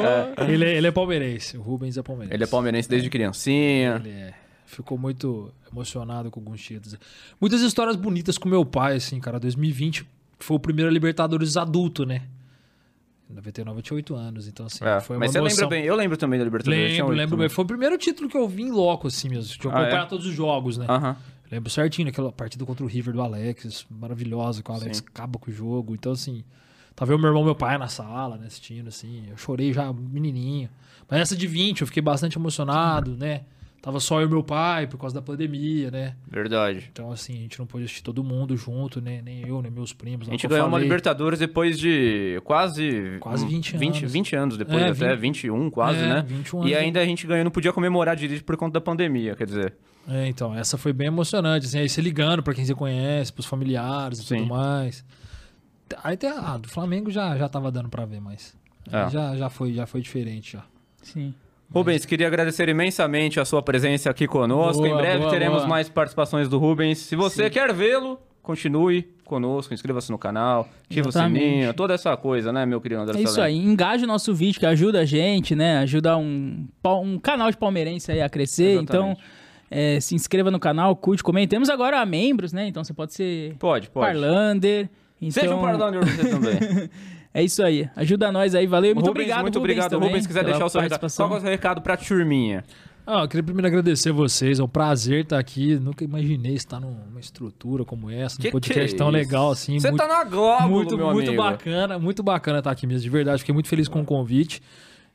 ele, ele é palmeirense. O Rubens é palmeirense. Ele é palmeirense desde criancinha. Ele é. Ficou muito emocionado com alguns títulos. Muitas histórias bonitas com meu pai, assim, cara. 2020 foi o primeiro Libertadores adulto, né? 99 eu tinha 8 anos, então assim, É, foi uma Mas você emoção. lembra bem, eu lembro também da Libertadores. é eu tinha Lembro, oito lembro bem. também. Foi o primeiro título que eu vi em loco, assim mesmo. Tinha que Ah, é? Ah. acompanhar todos os jogos, né? Aham. Lembro certinho daquela partida contra o River do Alex, maravilhosa, que o Alex Sim. acaba com o jogo. Então, assim, tava eu, meu irmão, meu pai na sala, né, assistindo, assim. Eu chorei já menininho. Mas essa de 20, eu fiquei bastante emocionado, né? Tava só eu e meu pai por causa da pandemia, né? Verdade. Então, assim, a gente não pôde assistir todo mundo junto, né? Nem eu, nem meus primos. A gente ganhou uma Libertadores depois de quase. Quase 20 anos. 20 anos depois, É, até 20 21, quase, É, né? 21 E anos. ainda a gente ganhou, não podia comemorar direito por conta da pandemia, quer dizer. É, então, essa foi bem emocionante, assim, aí você ligando pra quem você conhece, pros familiares e Sim. tudo mais. Aí tem, ah, do Flamengo já, já tava dando pra ver, mas. É. aí Já, já, foi, já foi diferente já. Sim. Rubens, queria agradecer imensamente a sua presença aqui conosco. Boa, em breve boa, teremos boa. mais participações do Rubens. Se você quer vê-lo, continue conosco, inscreva-se no canal, ative Exatamente. o sininho, toda essa coisa, né, meu querido André É isso Salem? aí, engaja o nosso vídeo, que ajuda a gente, né? Ajuda um, pa- um canal de palmeirense aí a crescer. Exatamente. Então, é, se inscreva no canal, curte, comente. Temos agora membros, né? Então você pode ser Pode, pode. parlander. Então, Seja um parlando de você também. É isso aí, ajuda nós aí, valeu. Muito Rubens, obrigado, muito Rubens, obrigado, também, Rubens. Se quiser pela deixar o seu recado, participação. qual é o seu recado pra turminha? Ah, eu queria primeiro agradecer vocês, é um prazer estar aqui. Nunca imaginei estar numa estrutura como essa, num Que podcast que é tão isso? legal assim. Você muito- tá na Globo, muito, meu muito amigo. bacana, muito bacana estar aqui mesmo, de verdade. Fiquei muito feliz com o convite.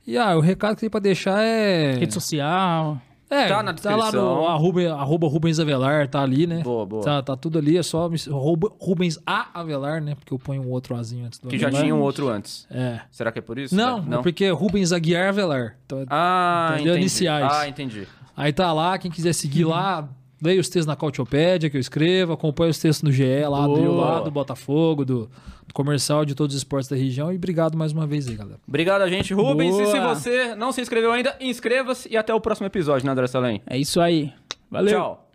E ah, o recado que tem pra deixar é. Rede social. É, Tá na lá no descrição. arroba, arroba Rubens Avelar, tá ali, né? Boa, boa. Tá, tá tudo ali, é só me- arroba Rubens A Avelar, né? Porque eu ponho um outro Azinho antes do Que já Avelar. tinha um outro antes. É. Será que é por isso? né? Não, não. é porque é Rubens Aguiar Avelar. Então, Ah, Entendeu? entendi. Iniciais. Ah, entendi. Aí tá lá, quem quiser seguir lá, leia os textos na Cautiopédia que eu escrevo, acompanha os textos no GE lá, Boa. do, lá, do Botafogo, do, do comercial, de todos os esportes da região. E obrigado mais uma vez aí, galera. Obrigado, gente. Rubens, e se Boa. você não se inscreveu ainda, inscreva-se e até o próximo episódio, né, André Salem? É isso aí, valeu. Tchau.